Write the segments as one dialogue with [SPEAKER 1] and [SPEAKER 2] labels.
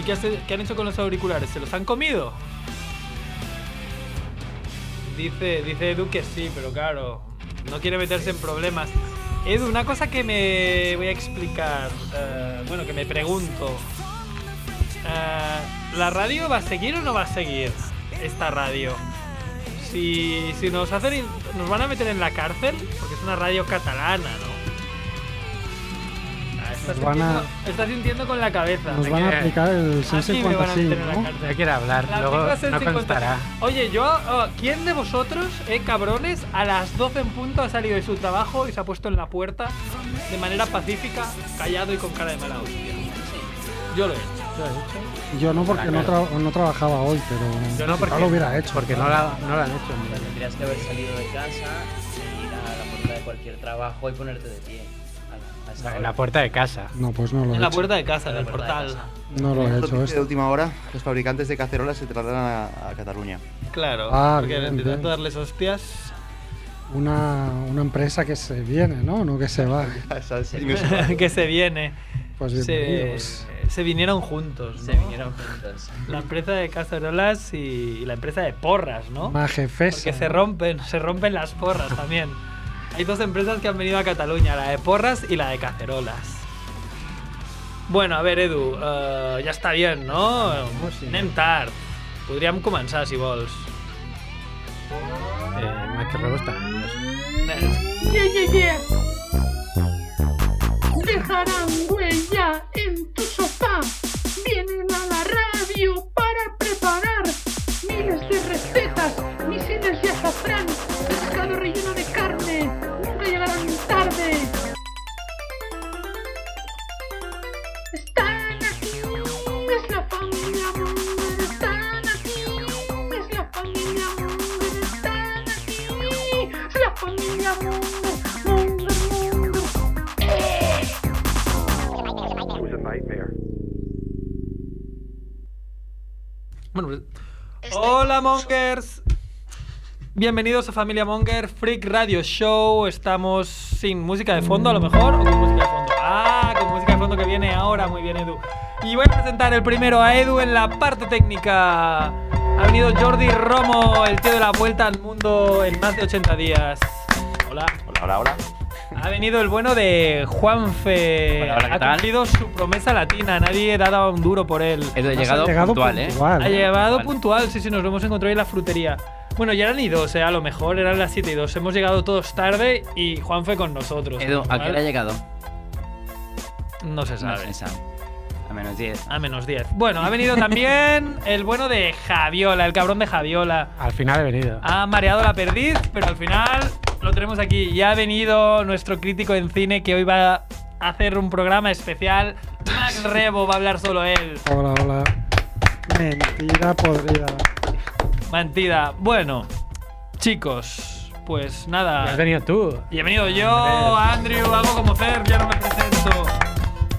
[SPEAKER 1] ¿Y qué, hace- qué han hecho con los auriculares? ¿Se los han comido? Dice, dice Edu que sí, pero claro, no quiere meterse en problemas. Edu, una cosa que me voy a explicar, eh, bueno, que me pregunto. Eh, ¿La radio va a seguir o no va a seguir esta radio? Si, si nos hacen, in- nos van a meter en la cárcel, porque es una radio catalana, ¿no? Ah, Estás
[SPEAKER 2] Nos van a-
[SPEAKER 1] sintiendo, estás sintiendo con la cabeza.
[SPEAKER 2] Nos
[SPEAKER 1] Me
[SPEAKER 2] van a
[SPEAKER 1] queda-
[SPEAKER 2] aplicar el
[SPEAKER 1] a mí me van a
[SPEAKER 2] 655,
[SPEAKER 1] meter en la
[SPEAKER 2] ¿no?
[SPEAKER 1] cárcel.
[SPEAKER 3] No quiero hablar,
[SPEAKER 1] La
[SPEAKER 3] luego
[SPEAKER 1] aplico a
[SPEAKER 3] no
[SPEAKER 1] 150.
[SPEAKER 3] constará.
[SPEAKER 1] Oye, yo, oh, ¿quién de vosotros, eh, cabrones, a las 12 en punto ha salido de su trabajo y se ha puesto en la puerta de manera pacífica, callado y con cara de mala hostia? Yo lo he hecho.
[SPEAKER 2] Yo no porque no, tra- no trabajaba hoy, pero
[SPEAKER 3] Yo no,
[SPEAKER 2] quizá
[SPEAKER 3] porque-
[SPEAKER 2] lo hubiera hecho.
[SPEAKER 3] Porque no, la, no lo han hecho. hombre.
[SPEAKER 4] Tendrías que haber salido de casa, ir a la puerta de cualquier trabajo y ponerte de pie. A la- a esa
[SPEAKER 3] En
[SPEAKER 4] hora.
[SPEAKER 3] la puerta de casa.
[SPEAKER 2] No, pues no lo he
[SPEAKER 1] En la
[SPEAKER 2] hecho.
[SPEAKER 1] puerta de casa, en
[SPEAKER 4] En la
[SPEAKER 1] el
[SPEAKER 4] puerta de
[SPEAKER 1] portal.
[SPEAKER 2] No lo he
[SPEAKER 5] Noticia
[SPEAKER 2] hecho
[SPEAKER 5] de
[SPEAKER 2] esto.
[SPEAKER 5] última hora, los fabricantes de cacerolas se trasladan a, a Cataluña.
[SPEAKER 1] Claro,
[SPEAKER 2] Ah,
[SPEAKER 1] porque
[SPEAKER 2] bien,
[SPEAKER 1] de
[SPEAKER 2] bien.
[SPEAKER 1] tanto darles hostias.
[SPEAKER 2] Una, una empresa que se viene, ¿no? No que se va.
[SPEAKER 1] que se viene.
[SPEAKER 2] Pues
[SPEAKER 1] Se,
[SPEAKER 2] bienvenidos.
[SPEAKER 1] se vinieron juntos.
[SPEAKER 4] Se
[SPEAKER 1] ¿no?
[SPEAKER 4] vinieron juntos.
[SPEAKER 1] La empresa de cacerolas y, y la empresa de porras, ¿no?
[SPEAKER 2] Majefesa.
[SPEAKER 1] Porque se rompen, se rompen las porras también. Hay dos empresas que han venido a Cataluña, la de porras y la de cacerolas. Bueno, a ver, Edu, eh, ya está bien, no?
[SPEAKER 2] sí.
[SPEAKER 1] Anem tard. Podríem començar, si vols.
[SPEAKER 3] Eh, más que robos también. ellos.
[SPEAKER 1] Nen,
[SPEAKER 6] Yeah, yeah, yeah. Dejarán huella en tu sofá. Vienen a la radio para preparar miles de recetas, misiles de azafrán, pescado relleno de carne. Nunca llegarán tarde. Están aquí, es la familia Munger. Están aquí, es la familia Munger. Están aquí, es la familia Munger. Munger, Munger.
[SPEAKER 1] Bueno, pues- Hola, Mongers. Bienvenidos a Familia Monger, Freak Radio Show. Estamos sin música de fondo, a lo mejor, o con música de fondo. Ah, con música de fondo que viene ahora. Muy bien, Edu. Y voy a presentar el primero a Edu en la parte técnica. Ha venido Jordi Romo, el tío de la vuelta al mundo en más de 80 días. Hola.
[SPEAKER 5] Hola, hola, hola.
[SPEAKER 1] Ha venido el bueno de Juanfe.
[SPEAKER 7] Hola, hola, ¿qué
[SPEAKER 1] ha
[SPEAKER 7] tal?
[SPEAKER 1] cumplido su promesa latina. Nadie daba un duro por él.
[SPEAKER 7] Edu, he
[SPEAKER 2] Has
[SPEAKER 7] llegado, puntual, ¿eh?
[SPEAKER 2] puntual.
[SPEAKER 1] Ha llegado
[SPEAKER 7] Vale.
[SPEAKER 1] puntual, sí, sí, nos lo hemos encontrado en la frutería. Bueno, ya eran y dos, eh, a lo mejor eran las 7 y 2. Hemos llegado todos tarde y Juan fue con nosotros.
[SPEAKER 7] Edu,
[SPEAKER 1] con lo
[SPEAKER 7] ¿a qué
[SPEAKER 1] cual,
[SPEAKER 7] hora ha llegado? Pues,
[SPEAKER 1] No se sabe.
[SPEAKER 7] No sé, sabe. A menos 10.
[SPEAKER 1] A menos 10. Bueno, ha venido también el bueno de Javiola, el cabrón de Javiola.
[SPEAKER 3] Al final he venido.
[SPEAKER 1] Ha mareado la perdiz, pero al final lo tenemos aquí. Ya ha venido nuestro crítico en cine que hoy va a hacer un programa especial. Max Rebo va a hablar solo él.
[SPEAKER 2] Hola, hola. Mentira podrida.
[SPEAKER 1] Mentira. Bueno, chicos, pues nada.
[SPEAKER 3] Y Has venido tú.
[SPEAKER 1] Y he venido yo, Andrew, hago como Fer, ya no me presento.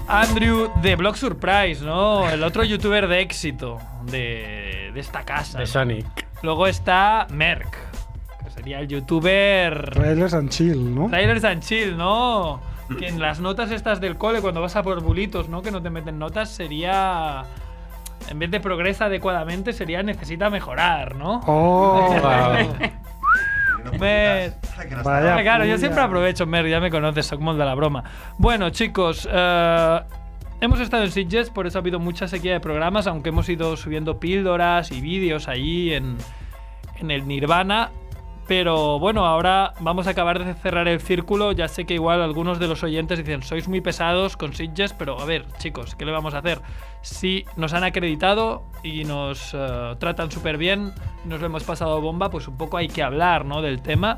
[SPEAKER 1] Andrew de Blog Surprise, ¿no? El otro youtuber de éxito de, de esta casa.
[SPEAKER 3] De
[SPEAKER 1] ¿no?
[SPEAKER 3] Sonic.
[SPEAKER 1] Luego está Merck, que sería el youtuber
[SPEAKER 2] Trailers and chill, ¿no?
[SPEAKER 1] Trailers and Chill, ¿no? Que en las notas estas del cole, cuando vas a por bulitos, ¿no? Que no te meten notas, sería... En vez de progresa adecuadamente, sería necesita mejorar, ¿no?
[SPEAKER 2] Oh,
[SPEAKER 1] Mer-
[SPEAKER 2] vaya.
[SPEAKER 1] Ah, claro, yo
[SPEAKER 2] puya.
[SPEAKER 1] siempre aprovecho, Mer, ya me conoces, soc molt de la broma. Bueno, chicos, eh, hemos estado en Sitges, por eso ha habido mucha sequía de programas, aunque hemos ido subiendo píldoras y vídeos allí en, en el Nirvana. Pero bueno, ahora vamos a acabar de cerrar el círculo. Ya sé que igual algunos de los oyentes dicen, sois muy pesados con Sitges, pero a ver, chicos, ¿qué le vamos a hacer? Si nos han acreditado y nos eh, tratan súper bien, nos lo hemos pasado bomba, pues un poco hay que hablar, ¿no? Del tema.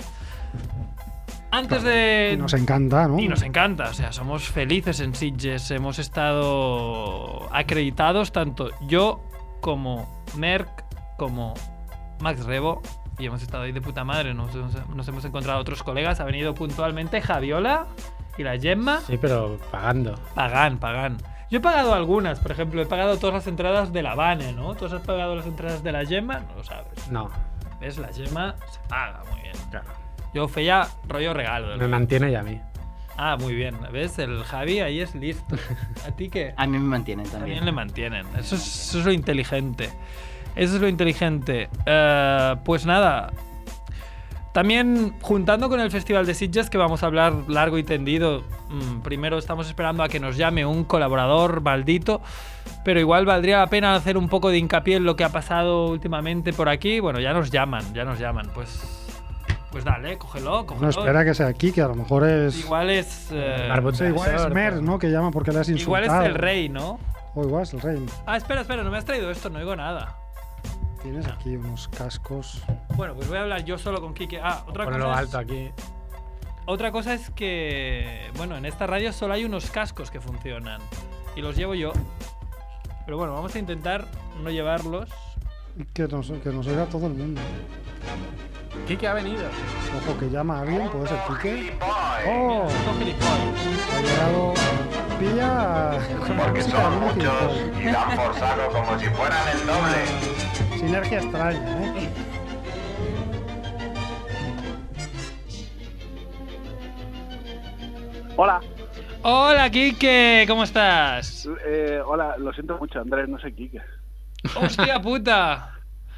[SPEAKER 1] Antes de...
[SPEAKER 2] Y nos encanta, ¿no?
[SPEAKER 1] Y nos encanta, o sea, somos felices en Sitges. Hemos estado acreditados tanto yo como Merck, como Max Rebo. Y hemos estado ahí de puta madre. Nos, nos- nos hemos encontrado otros colegas. Ha venido puntualmente Javiola y la Gemma.
[SPEAKER 3] Sí, pero pagando.
[SPEAKER 1] Pagan, pagan. Yo he pagado algunas, por ejemplo, he pagado todas las entradas de la Vane, ¿no? ¿Tú has pagado las entradas de la Gemma? No lo sabes.
[SPEAKER 3] No.
[SPEAKER 1] ¿Ves? La Gemma se paga muy bien.
[SPEAKER 3] Claro.
[SPEAKER 1] Yo, Feya, rollo regalo.
[SPEAKER 3] Me mantiene y a mí.
[SPEAKER 1] Ah, muy bien. ¿Ves? El Javi ahí es listo. ¿A ti qué?
[SPEAKER 7] A mí me mantienen
[SPEAKER 1] También le
[SPEAKER 7] también.
[SPEAKER 1] mantienen. Eso es, eso es lo inteligente. Eso es lo inteligente. Eh, pues nada. También juntando con el Festival de Sitges, que vamos a hablar largo y tendido, mm, primero estamos esperando a que nos llame un colaborador maldito, pero igual valdría la pena hacer un poco de hincapié en lo que ha pasado últimamente por aquí. Bueno, ya nos llaman, ya nos llaman. Pues, pues dale, cógelo, cógelo.
[SPEAKER 2] No, espera que sea aquí, que a lo mejor es.
[SPEAKER 1] Igual es. eh,
[SPEAKER 3] Barbot-
[SPEAKER 2] O sea, igual es Mer, ¿no? Que llama porque le has
[SPEAKER 1] igual
[SPEAKER 2] insultado.
[SPEAKER 1] es el rey, ¿no?
[SPEAKER 2] O igual es el rey.
[SPEAKER 1] Ah, espera, espera, no me has traído esto, no digo nada.
[SPEAKER 2] Tienes aquí unos cascos.
[SPEAKER 1] Bueno, pues voy a hablar yo solo con Quique. Ah, otra
[SPEAKER 3] Ponelo
[SPEAKER 1] cosa, es,
[SPEAKER 3] alto aquí.
[SPEAKER 1] otra cosa es que, bueno, en esta radio solo hay unos cascos que funcionan y los llevo yo. Pero bueno, vamos a intentar no llevarlos.
[SPEAKER 2] Que nos, que nos oiga todo el mundo.
[SPEAKER 3] Kike ha venido.
[SPEAKER 2] Ojo, que llama a alguien, puede ser Quique. ¡Oh!
[SPEAKER 1] Son gilipollas.
[SPEAKER 2] Ha llegado. Pilla. con la
[SPEAKER 8] Porque
[SPEAKER 2] música de
[SPEAKER 8] son
[SPEAKER 2] Linkin
[SPEAKER 8] muchos
[SPEAKER 2] Park.
[SPEAKER 8] y dan por saco como si fueran el doble.
[SPEAKER 2] Sinergia extraña, ¿eh?
[SPEAKER 9] Hola,
[SPEAKER 1] Hola, Quique, ¿cómo estás?
[SPEAKER 9] eh, hola, lo siento mucho, Andrés, no sé Quique.
[SPEAKER 1] Hostia puta.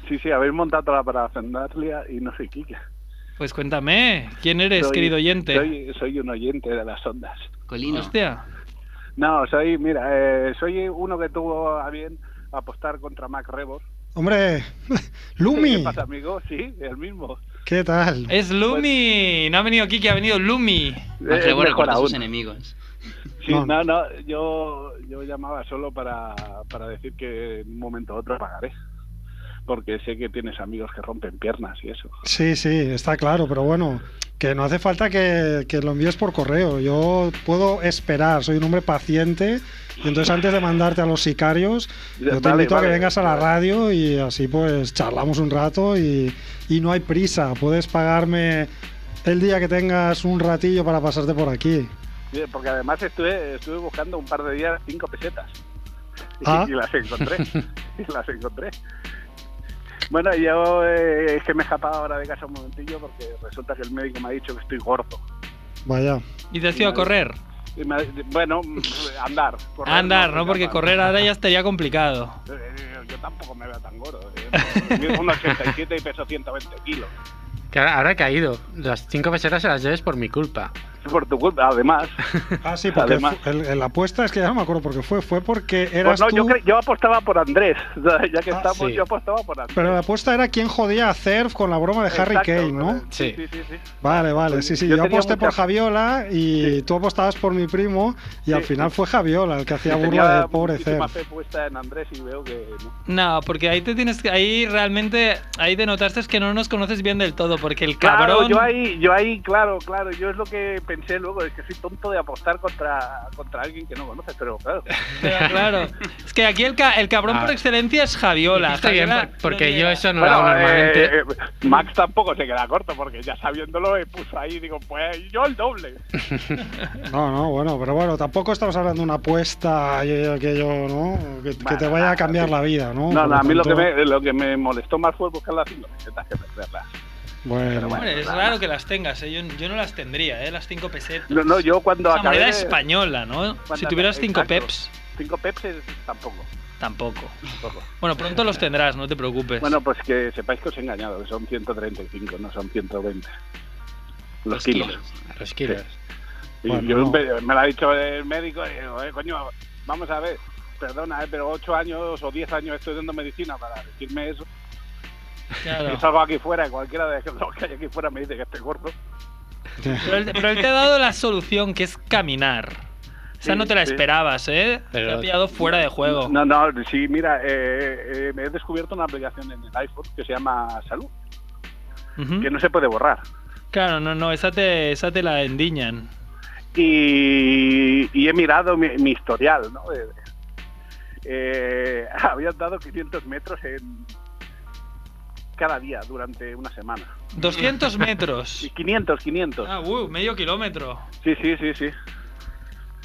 [SPEAKER 9] Sí, sí, habéis montado toda la parafernalia y no sé Quique.
[SPEAKER 1] Pues cuéntame, ¿quién eres,
[SPEAKER 9] Soy-
[SPEAKER 1] querido oyente?
[SPEAKER 9] Soy, soy un oyente de las ondas.
[SPEAKER 7] Colino.
[SPEAKER 1] Hostia.
[SPEAKER 9] No, soy, mira, eh, soy uno que tuvo a bien apostar contra Mac Rebor.
[SPEAKER 2] ¡Hombre!
[SPEAKER 9] ¿Qué
[SPEAKER 2] ¡Lumi!
[SPEAKER 9] pasa, amigo? Sí, el mismo.
[SPEAKER 2] ¿Qué tal?
[SPEAKER 1] Es Lumi.
[SPEAKER 9] Pues-
[SPEAKER 1] No ha venido Quique, ha venido Lumi.
[SPEAKER 9] Eh,
[SPEAKER 7] Más revuelo
[SPEAKER 9] mejor
[SPEAKER 7] contra
[SPEAKER 9] aún.
[SPEAKER 7] sus enemigos.
[SPEAKER 9] Sí,
[SPEAKER 2] No.
[SPEAKER 9] no, no, yo, yo llamaba solo para, para decir que en un momento u otro pagaré. Porque sé que tienes amigos que rompen piernas y eso.
[SPEAKER 2] Sí, sí, está claro, pero bueno, que no hace falta que, que lo envíes por correo. Yo puedo esperar, soy un hombre paciente. Y entonces antes de mandarte a los sicarios, yo te
[SPEAKER 9] Vale,
[SPEAKER 2] invito a que
[SPEAKER 9] vale.
[SPEAKER 2] vengas a la radio y así pues charlamos un rato y, y no hay prisa. Puedes pagarme el día que tengas un ratillo para pasarte por aquí.
[SPEAKER 9] Sí, Porque además estuve, estuve buscando un par de días cinco pesetas. Y-
[SPEAKER 2] Ah.
[SPEAKER 9] Y, las encontré. y las encontré. Bueno, yo eh, es que me he escapado ahora de casa un momentillo porque resulta que el médico me ha dicho que estoy gordo.
[SPEAKER 2] Vaya.
[SPEAKER 1] Y decido a correr.
[SPEAKER 9] Y me ha- bueno, mm, andar. correr
[SPEAKER 1] Andar,
[SPEAKER 9] no,
[SPEAKER 1] ¿no? Porque
[SPEAKER 9] andar.
[SPEAKER 1] correr ahora ya estaría complicado.
[SPEAKER 9] Eh, Yo tampoco me veo tan gordo. eh. Mido 1,87 y peso 120 kilos.
[SPEAKER 3] Que ahora, ahora he caído. Las cinco pesetas se las lleves por mi culpa.
[SPEAKER 9] Por tu culpa, además.
[SPEAKER 2] Ah, sí, porque
[SPEAKER 9] Además-
[SPEAKER 2] fu- el- el- la apuesta es que ya no me acuerdo porque fue, fue porque
[SPEAKER 9] Pues
[SPEAKER 2] eras
[SPEAKER 9] no, yo,
[SPEAKER 2] tú.
[SPEAKER 9] cre- yo apostaba por Andrés. Ya que
[SPEAKER 2] Ah,
[SPEAKER 9] estamos,
[SPEAKER 3] sí.
[SPEAKER 9] yo apostaba por Andrés.
[SPEAKER 2] Pero la apuesta era quién jodía a Cerf con la broma de Harry
[SPEAKER 9] Exacto,
[SPEAKER 2] Kane, ¿no?
[SPEAKER 9] Sí, sí, sí. sí.
[SPEAKER 2] Vale, vale,
[SPEAKER 9] Pues
[SPEAKER 2] sí, sí.
[SPEAKER 9] yo
[SPEAKER 2] Yo,
[SPEAKER 9] tenía
[SPEAKER 2] aposté por
[SPEAKER 9] mucha-
[SPEAKER 2] Javiola y tú apostabas por mi primo y al
[SPEAKER 9] Sí.
[SPEAKER 2] final fue Javiola el que hacía burla
[SPEAKER 9] Tenía
[SPEAKER 2] del pobre
[SPEAKER 9] muchísima
[SPEAKER 2] Cerf.
[SPEAKER 9] fe puesta en Andrés y veo que no.
[SPEAKER 1] No, porque ahí te tienes que, ahí realmente, ahí denotaste es que no nos conoces bien del todo, porque el
[SPEAKER 9] Claro,
[SPEAKER 1] cabrón.
[SPEAKER 9] yo ahí, yo ahí, claro, claro, yo es lo que pensé luego, es que soy tonto de apostar contra, contra alguien que no conoces, pero claro.
[SPEAKER 1] Pero claro, es que aquí el, ca- el cabrón
[SPEAKER 3] Ah.
[SPEAKER 1] por excelencia es Javiola.
[SPEAKER 3] Está bien,
[SPEAKER 1] Javiola
[SPEAKER 3] por-
[SPEAKER 1] no
[SPEAKER 3] porque yo
[SPEAKER 1] llega.
[SPEAKER 3] eso no lo hago
[SPEAKER 9] Bueno,
[SPEAKER 3] normalmente.
[SPEAKER 9] eh, eh, Max tampoco se queda corto porque ya sabiéndolo eh, puso ahí, digo, pues yo el doble.
[SPEAKER 2] No, no, bueno, pero bueno, tampoco estamos hablando de una apuesta que, que yo, ¿no? Que, que te
[SPEAKER 9] Bueno,
[SPEAKER 2] vaya a
[SPEAKER 9] nada,
[SPEAKER 2] cambiar
[SPEAKER 9] sí.
[SPEAKER 2] la vida, ¿no?
[SPEAKER 9] No,
[SPEAKER 2] Por
[SPEAKER 9] no, a mí lo que,
[SPEAKER 2] tanto,
[SPEAKER 9] me, lo que me molestó más fue buscar las cinco pesetas que perderlas.
[SPEAKER 2] Bueno,
[SPEAKER 1] Hombre, es raro que las tengas, ¿eh? yo, yo no las tendría, ¿eh? las cinco pesetas.
[SPEAKER 9] No, no, yo cuando
[SPEAKER 1] Esa
[SPEAKER 9] acabé...
[SPEAKER 1] moneda española, ¿no? Si
[SPEAKER 9] Cuando-
[SPEAKER 1] tuvieras cinco
[SPEAKER 9] exacto.
[SPEAKER 1] peps,
[SPEAKER 9] Cinco peps es- tampoco,
[SPEAKER 1] tampoco.
[SPEAKER 9] tampoco.
[SPEAKER 1] Bueno, pronto los tendrás, no te preocupes.
[SPEAKER 9] Bueno, pues que sepáis que os he engañado, que son 135, no son 120. Los, kilos.
[SPEAKER 3] A los kilos.
[SPEAKER 9] Y
[SPEAKER 2] Bueno,
[SPEAKER 9] yo
[SPEAKER 2] no.
[SPEAKER 9] me, me lo ha dicho el médico, y digo, eh, coño, vamos a ver, perdona, eh, pero 8 años o 10 años estudiando medicina para decirme eso.
[SPEAKER 1] Claro.
[SPEAKER 9] Yo salgo aquí fuera, y cualquiera de los que hay aquí fuera me dice que estoy gordo.
[SPEAKER 1] Pero, él, pero él te ha dado la solución, que es caminar. O sea,
[SPEAKER 9] Sí,
[SPEAKER 1] no te la
[SPEAKER 9] sí.
[SPEAKER 1] esperabas, ¿eh? Te
[SPEAKER 3] Pero-
[SPEAKER 1] ha pillado fuera de juego.
[SPEAKER 9] No, no, sí, mira, eh, eh, me he descubierto una aplicación en el iPhone que se llama Salud,
[SPEAKER 1] Ujú. ¿Mm?
[SPEAKER 9] que no se puede borrar.
[SPEAKER 1] Claro, no, no, esa te, esa te la endiñan.
[SPEAKER 9] y, y he mirado mi, mi historial, ¿no? Eh, eh, habían dado 500 metros en cada día durante una semana.
[SPEAKER 1] 200
[SPEAKER 9] Y
[SPEAKER 1] metros.
[SPEAKER 9] 500, 500.
[SPEAKER 1] Ah, uh, medio kilómetro.
[SPEAKER 9] Sí, sí, sí, sí.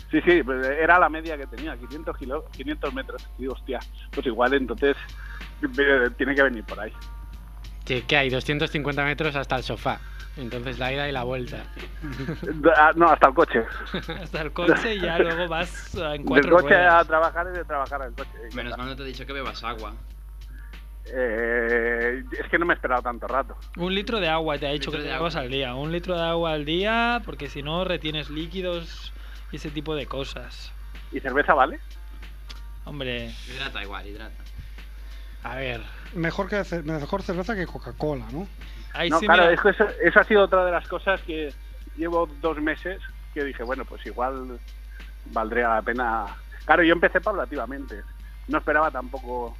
[SPEAKER 9] Sí, sí, pues, era la media que tenía, 500, kilo- 500 metros. Y digo, hostia, pues igual entonces eh, tiene que venir por ahí.
[SPEAKER 3] que, que hay 250 metros hasta el sofá. Entonces la ida y la vuelta.
[SPEAKER 9] Ah, No, hasta el coche.
[SPEAKER 1] Hasta el coche y ya luego vas ah, en
[SPEAKER 9] Del
[SPEAKER 1] cuatro
[SPEAKER 9] coche a
[SPEAKER 1] ruedas.
[SPEAKER 9] trabajar y de trabajar al coche. Y ya
[SPEAKER 7] Menos
[SPEAKER 9] está.
[SPEAKER 7] mal no te he dicho que bebas agua.
[SPEAKER 9] Eh, es que no me he esperado tanto rato.
[SPEAKER 1] Un litro de agua te ha dicho
[SPEAKER 7] Litro
[SPEAKER 1] que
[SPEAKER 7] de
[SPEAKER 1] te hagas
[SPEAKER 7] agua.
[SPEAKER 1] al día. Un litro de agua al día porque si no retienes líquidos y ese tipo de cosas.
[SPEAKER 9] ¿Y cerveza vale?
[SPEAKER 1] Hombre,
[SPEAKER 7] Hidrata igual, hidrata.
[SPEAKER 3] A ver,
[SPEAKER 2] Mejor, que, ce- mejor cerveza que Coca-Cola, ¿no?
[SPEAKER 1] ahí
[SPEAKER 9] no,
[SPEAKER 1] sí
[SPEAKER 9] claro,
[SPEAKER 1] mira,
[SPEAKER 9] es que eso, eso ha sido otra de las cosas que llevo dos meses que dije, bueno, pues igual valdría la pena. Claro, yo empecé paulativamente. No esperaba tampoco.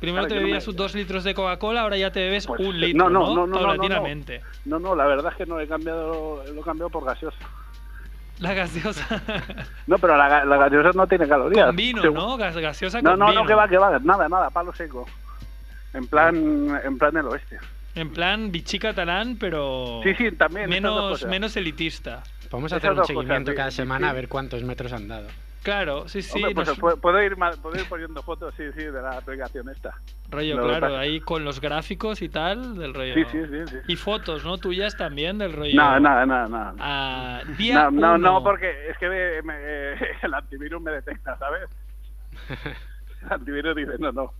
[SPEAKER 1] primero
[SPEAKER 9] claro,
[SPEAKER 1] te
[SPEAKER 9] yo no me-
[SPEAKER 1] bebías sus dos litros de Coca-Cola, ahora ya te bebes
[SPEAKER 9] Pues,
[SPEAKER 1] un
[SPEAKER 9] no,
[SPEAKER 1] litro,
[SPEAKER 9] no, no, no, no, no.
[SPEAKER 1] Paulatinamente.
[SPEAKER 9] No, no, la verdad es que no he cambiado, lo he cambiado por gaseosa.
[SPEAKER 1] La gaseosa
[SPEAKER 9] No, pero la, ga- la gaseosa no tiene calorías.
[SPEAKER 1] con vino,
[SPEAKER 9] Segu-
[SPEAKER 1] ¿no? Gas- Gaseosa
[SPEAKER 9] No,
[SPEAKER 1] con
[SPEAKER 9] no,
[SPEAKER 1] vino.
[SPEAKER 9] no, que va, que va, nada, nada, palo seco. En
[SPEAKER 1] Mm.
[SPEAKER 9] plan, en plan del oeste.
[SPEAKER 1] En plan bichí catalán, pero
[SPEAKER 9] Sí, sí, también. estas dos
[SPEAKER 1] Oh. menos,
[SPEAKER 9] cosas.
[SPEAKER 1] menos elitista.
[SPEAKER 3] podemos
[SPEAKER 9] Esas
[SPEAKER 3] hacer un
[SPEAKER 9] dos cosas,
[SPEAKER 3] seguimiento
[SPEAKER 9] sí,
[SPEAKER 3] cada
[SPEAKER 9] sí,
[SPEAKER 3] semana a
[SPEAKER 9] sí.
[SPEAKER 3] ver cuántos metros han dado.
[SPEAKER 1] Claro, sí, sí.
[SPEAKER 9] Hombre, pues
[SPEAKER 1] nos-
[SPEAKER 9] pu- puedo, ir, ma- puedo ir poniendo fotos, sí, sí, de la aplicación esta.
[SPEAKER 1] Rollo,
[SPEAKER 9] lo que
[SPEAKER 1] claro,
[SPEAKER 9] pasa-
[SPEAKER 1] ahí con los gráficos y tal, del rollo.
[SPEAKER 9] Sí, sí, sí. sí.
[SPEAKER 1] Y fotos, ¿no? Tuyas también, del rollo.
[SPEAKER 9] No, no, no, no.
[SPEAKER 1] Ah, día
[SPEAKER 9] No, no, no,
[SPEAKER 1] uno.
[SPEAKER 9] porque es que me- me- eh, el antivirus me detecta, ¿sabes? El antivirus dice, no, no.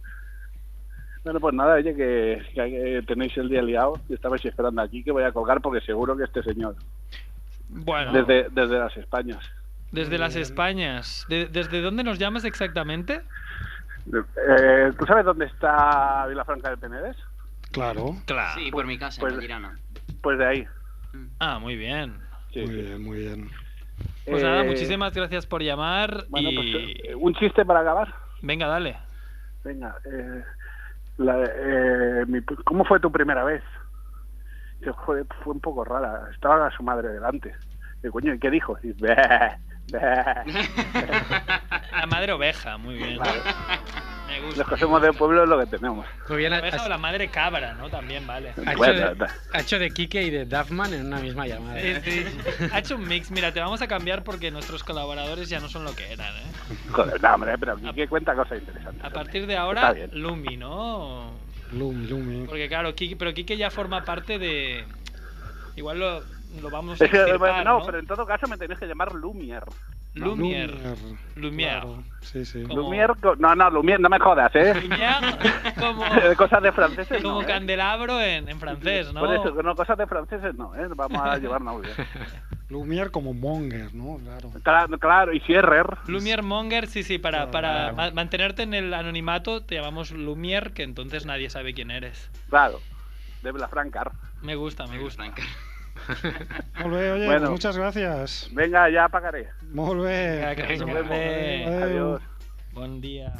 [SPEAKER 9] Bueno, pues nada, oye, que, que hay que- tenéis el día liado, que estabais esperando aquí, que voy a colgar porque seguro que este señor,
[SPEAKER 1] Bueno, desde,
[SPEAKER 9] desde, desde las Españas,
[SPEAKER 1] las Españas. De- ¿Desde dónde nos llamas exactamente?
[SPEAKER 9] Eh, ¿Tú sabes dónde está Vilafranca del Penedés?
[SPEAKER 2] Claro.
[SPEAKER 1] Claro.
[SPEAKER 7] Sí, por mi casa,
[SPEAKER 9] pues-
[SPEAKER 7] en la Tirana.
[SPEAKER 9] Pues de ahí.
[SPEAKER 1] Ah, muy bien.
[SPEAKER 9] Sí,
[SPEAKER 2] muy
[SPEAKER 9] sí.
[SPEAKER 2] bien, muy bien.
[SPEAKER 1] Pues nada,
[SPEAKER 9] Eh,
[SPEAKER 1] muchísimas gracias por llamar
[SPEAKER 9] Bueno,
[SPEAKER 1] y...
[SPEAKER 9] pues eh, un chiste para acabar.
[SPEAKER 1] Venga, dale.
[SPEAKER 9] Venga, eh, la- eh, mi- ¿cómo fue tu primera vez? Dice, "Joder, fue un poco rara. Estaba su madre delante. Dice, coño, ¿y qué dijo? Dice, "Bee, bee".
[SPEAKER 1] La madre oveja, muy bien.
[SPEAKER 9] Vale.
[SPEAKER 1] Me gusta.
[SPEAKER 9] Los que somos del pueblo es lo que tenemos.
[SPEAKER 3] Muy bien,
[SPEAKER 1] La
[SPEAKER 3] ha,
[SPEAKER 1] oveja o la
[SPEAKER 3] ha-
[SPEAKER 1] madre cabra, ¿no? También vale.
[SPEAKER 3] ha hecho,
[SPEAKER 9] Bueno,
[SPEAKER 3] de, ha hecho de Kike y de Duffman en una misma llamada.
[SPEAKER 1] Sí, sí. Ha hecho un mix. Mira, te vamos a cambiar porque nuestros colaboradores ya no son lo que eran, ¿eh?
[SPEAKER 9] joder, no, hombre, pero aquí que cuenta cosas interesantes.
[SPEAKER 1] A
[SPEAKER 9] hombre.
[SPEAKER 1] partir de
[SPEAKER 9] Está
[SPEAKER 1] ahora,
[SPEAKER 9] bien.
[SPEAKER 1] Lumi, ¿no?
[SPEAKER 2] Lumi, Lumi.
[SPEAKER 1] Porque claro, Kike, pero Kike ya forma parte de... Igual lo, lo vamos a
[SPEAKER 9] Es que,
[SPEAKER 1] extirpar,
[SPEAKER 9] no,
[SPEAKER 1] ¿no?
[SPEAKER 9] pero en todo caso me tenéis que llamar Lumier.
[SPEAKER 1] Lumier. Lumier.
[SPEAKER 2] Lumier. claro, Sí, sí.
[SPEAKER 1] Como-
[SPEAKER 9] Lumier, co- no, no, Lumier, no me jodas, ¿eh?
[SPEAKER 1] Lumier como,
[SPEAKER 9] cosas de franceses.
[SPEAKER 1] como
[SPEAKER 9] no, ¿eh?
[SPEAKER 1] candelabro en, en francés, ¿no?
[SPEAKER 9] Por eso, que no, cosas de franceses no, ¿eh? Vamos a llevarnos muy bien.
[SPEAKER 2] Lumier como Monger, ¿no? Claro.
[SPEAKER 9] Claro, claro, y Sierrer.
[SPEAKER 1] Lumier Monger, sí, sí, para, para
[SPEAKER 2] Claro.
[SPEAKER 1] ma- mantenerte en el anonimato te llamamos Lumier, que entonces nadie sabe quién eres.
[SPEAKER 9] Claro, de Blafrancar.
[SPEAKER 1] Me gusta, me gusta.
[SPEAKER 7] Franca.
[SPEAKER 2] Molt bé, oye,
[SPEAKER 9] Bueno.
[SPEAKER 2] pues muchas gracias.
[SPEAKER 9] Venga, ya pagaré.
[SPEAKER 2] Molt bé.
[SPEAKER 1] Venga, que
[SPEAKER 9] Nos
[SPEAKER 1] venga.
[SPEAKER 9] vemos.
[SPEAKER 1] Vale.
[SPEAKER 2] Adeu.
[SPEAKER 9] Adiós.
[SPEAKER 1] Buen día.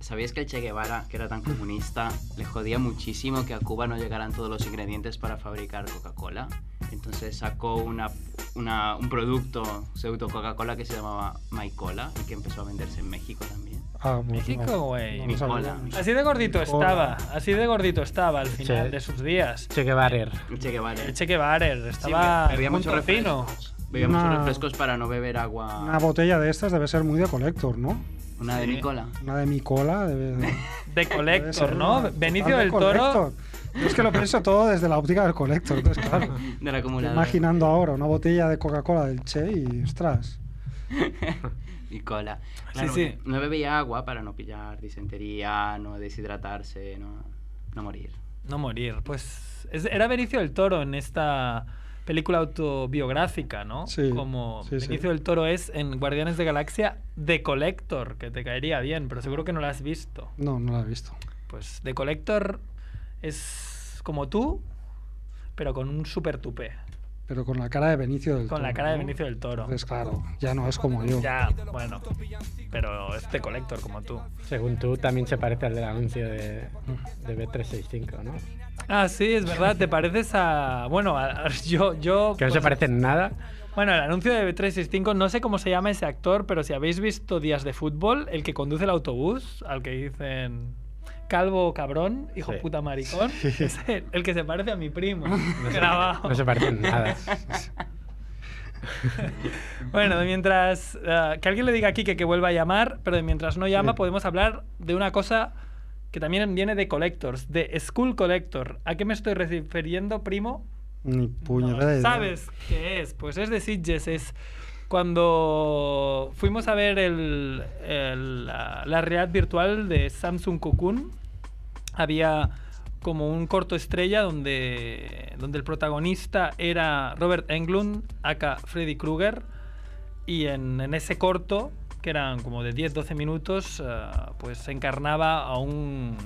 [SPEAKER 7] ¿Sabíais que el Che Guevara, que era tan comunista, le jodía muchísimo que a Cuba no llegaran todos los ingredientes para fabricar Coca-Cola? Entonces sacó una, una- un producto pseudo Coca-Cola que se llamaba Maicola y que empezó a venderse en México también.
[SPEAKER 2] Ah, molt
[SPEAKER 1] México, güey.
[SPEAKER 2] No, no sabia.
[SPEAKER 7] Hola.
[SPEAKER 1] Así de gordito estaba, así de gordito estaba al final
[SPEAKER 3] Sí.
[SPEAKER 1] de sus días.
[SPEAKER 3] Che Guevara.
[SPEAKER 7] El Che Guevara.
[SPEAKER 1] El Che Barer
[SPEAKER 7] Sí,
[SPEAKER 1] estaba
[SPEAKER 7] bebía
[SPEAKER 1] muy
[SPEAKER 7] muchos
[SPEAKER 1] tocino.
[SPEAKER 7] refrescos. Bebía muchos
[SPEAKER 2] Una-
[SPEAKER 7] refrescos para no beber
[SPEAKER 2] Una
[SPEAKER 7] agua.
[SPEAKER 2] botella de estas debe ser muy de collector, ¿no?
[SPEAKER 7] Una de
[SPEAKER 1] Sí.
[SPEAKER 7] Nicola.
[SPEAKER 2] Una de mi cola debe,
[SPEAKER 1] De
[SPEAKER 2] debe
[SPEAKER 1] Collector,
[SPEAKER 2] ser
[SPEAKER 1] ¿no?
[SPEAKER 2] una
[SPEAKER 1] Benicio
[SPEAKER 2] total de
[SPEAKER 1] del Toro.
[SPEAKER 2] Collector. Yo es que lo pienso todo desde la óptica del collector, entonces claro.
[SPEAKER 7] Del acumulador.
[SPEAKER 2] Imaginando ahora una botella de Coca-Cola del Che y ostras.
[SPEAKER 7] Y cola.
[SPEAKER 1] Sí,
[SPEAKER 7] Claro,
[SPEAKER 1] sí.
[SPEAKER 7] No bebía agua para no pillar disentería, no deshidratarse, no, no morir.
[SPEAKER 1] No morir, pues. es- era Benicio del Toro en esta película autobiográfica, ¿no?
[SPEAKER 2] Sí,
[SPEAKER 1] Como
[SPEAKER 2] sí, sí.
[SPEAKER 1] Benicio del Toro es en Guardianes de Galaxia The Collector, que te caería bien, pero seguro que no la has visto.
[SPEAKER 2] No, no la he visto.
[SPEAKER 1] Pues The Collector es como tú, pero con un super tupé.
[SPEAKER 2] Pero con la cara de Benicio del
[SPEAKER 1] Con
[SPEAKER 2] Toro.
[SPEAKER 1] la cara de
[SPEAKER 2] ¿no?
[SPEAKER 1] Benicio del Toro.
[SPEAKER 2] Entonces claro, ya no es como yo.
[SPEAKER 1] Ya, bueno. Pero es The Collector como tú.
[SPEAKER 3] Según tú, también se parece al del anuncio de, de B365, ¿no?
[SPEAKER 1] Ah, sí, es verdad. Te pareces a. Bueno, a- a- yo. yo
[SPEAKER 3] Que no se
[SPEAKER 1] pues,
[SPEAKER 3] parece en nada.
[SPEAKER 1] Bueno, el anuncio de B365, no sé cómo se llama ese actor, pero si habéis visto Días de Fútbol, el que conduce el autobús, al que dicen calvo cabrón, hijo
[SPEAKER 3] Sí.
[SPEAKER 1] puta maricón, es el, el que se parece a mi primo. grabado.
[SPEAKER 3] No se parece en nada.
[SPEAKER 1] Bueno, de mientras. eh, que alguien le diga a Kike que vuelva a llamar, pero de mientras no llama, podemos hablar de una cosa que también viene de Collectors, de School Collector. ¿A qué me estoy refiriendo, primo?
[SPEAKER 2] Ni puñetera idea.
[SPEAKER 1] ¿Sabes qué es? Pues es de Sitges, es cuando fuimos a ver el- el- la, la realidad virtual de Samsung Cocoon, había como un corto estrella donde, donde el protagonista era Robert Englund, aka Freddy Krueger, y en, en ese corto, que eran como de 10-12 minutos, eh, pues se encarnaba a un...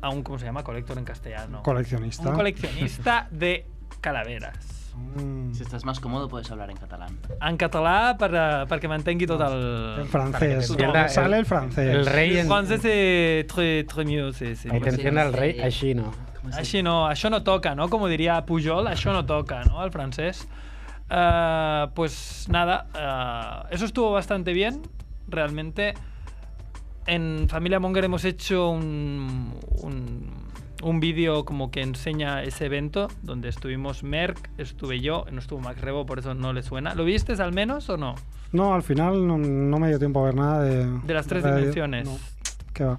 [SPEAKER 1] A un, ¿cómo se llama? Colector en castellano.
[SPEAKER 2] Coleccionista.
[SPEAKER 1] Un coleccionista de calaveras.
[SPEAKER 2] Mm,
[SPEAKER 7] Si estás más cómodo, puedes hablar en catalán.
[SPEAKER 1] En català per, eh, perquè m'entengui tot el...
[SPEAKER 2] el
[SPEAKER 3] Para que
[SPEAKER 2] francés.
[SPEAKER 3] te entienda
[SPEAKER 2] Sale el,
[SPEAKER 3] el-
[SPEAKER 2] francés.
[SPEAKER 3] El rey
[SPEAKER 1] El
[SPEAKER 3] en...
[SPEAKER 1] francès és très, très mieux, sí, sí.
[SPEAKER 3] Ahí te entiende el rey
[SPEAKER 7] Sí.
[SPEAKER 3] Ashino.
[SPEAKER 7] ¿Cómo se
[SPEAKER 1] Així no, això no toca, no? Com ho diria Pujol, això no toca, ¿no? El francés. Eh, pues nada, eh, eso estuvo bastante bien, realmente. En Familia Monger hemos hecho un, un, un vídeo como que enseña ese evento, donde estuvimos Merck, estuve yo, no estuvo Max Rebo, por eso no le suena. ¿Lo viste al menos o no?
[SPEAKER 2] No, al final no, no me dio tiempo a ver nada de.
[SPEAKER 1] De las tres
[SPEAKER 2] de-
[SPEAKER 1] dimensiones.
[SPEAKER 2] no, qué va.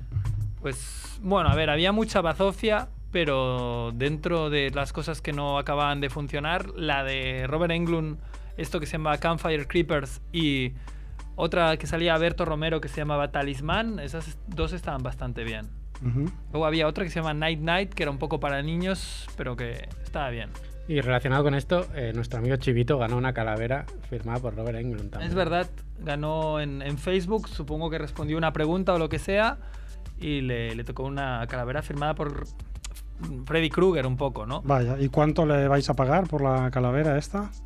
[SPEAKER 1] Pues bueno, a ver, había mucha bazofia, pero dentro de las cosas que no acababan de funcionar, la de Robert Englund, esto que se llama Campfire Creepers y otra que salía Berto Romero que se llamaba Talismán, esas dos estaban bastante bien.
[SPEAKER 2] Ujú.
[SPEAKER 1] Luego había otra que se llama Night Night, que era un poco para niños, pero que estaba bien.
[SPEAKER 3] Y relacionado con esto, eh, nuestro amigo Chivito ganó una calavera firmada por Robert Englund también.
[SPEAKER 1] Es verdad, ganó en, en Facebook, supongo que respondió una pregunta o lo que sea, y le, le tocó una calavera firmada por Freddy Krueger un poco, ¿no?
[SPEAKER 2] Vaya, ¿y cuánto le vais a pagar por la calavera esta?
[SPEAKER 7] dice?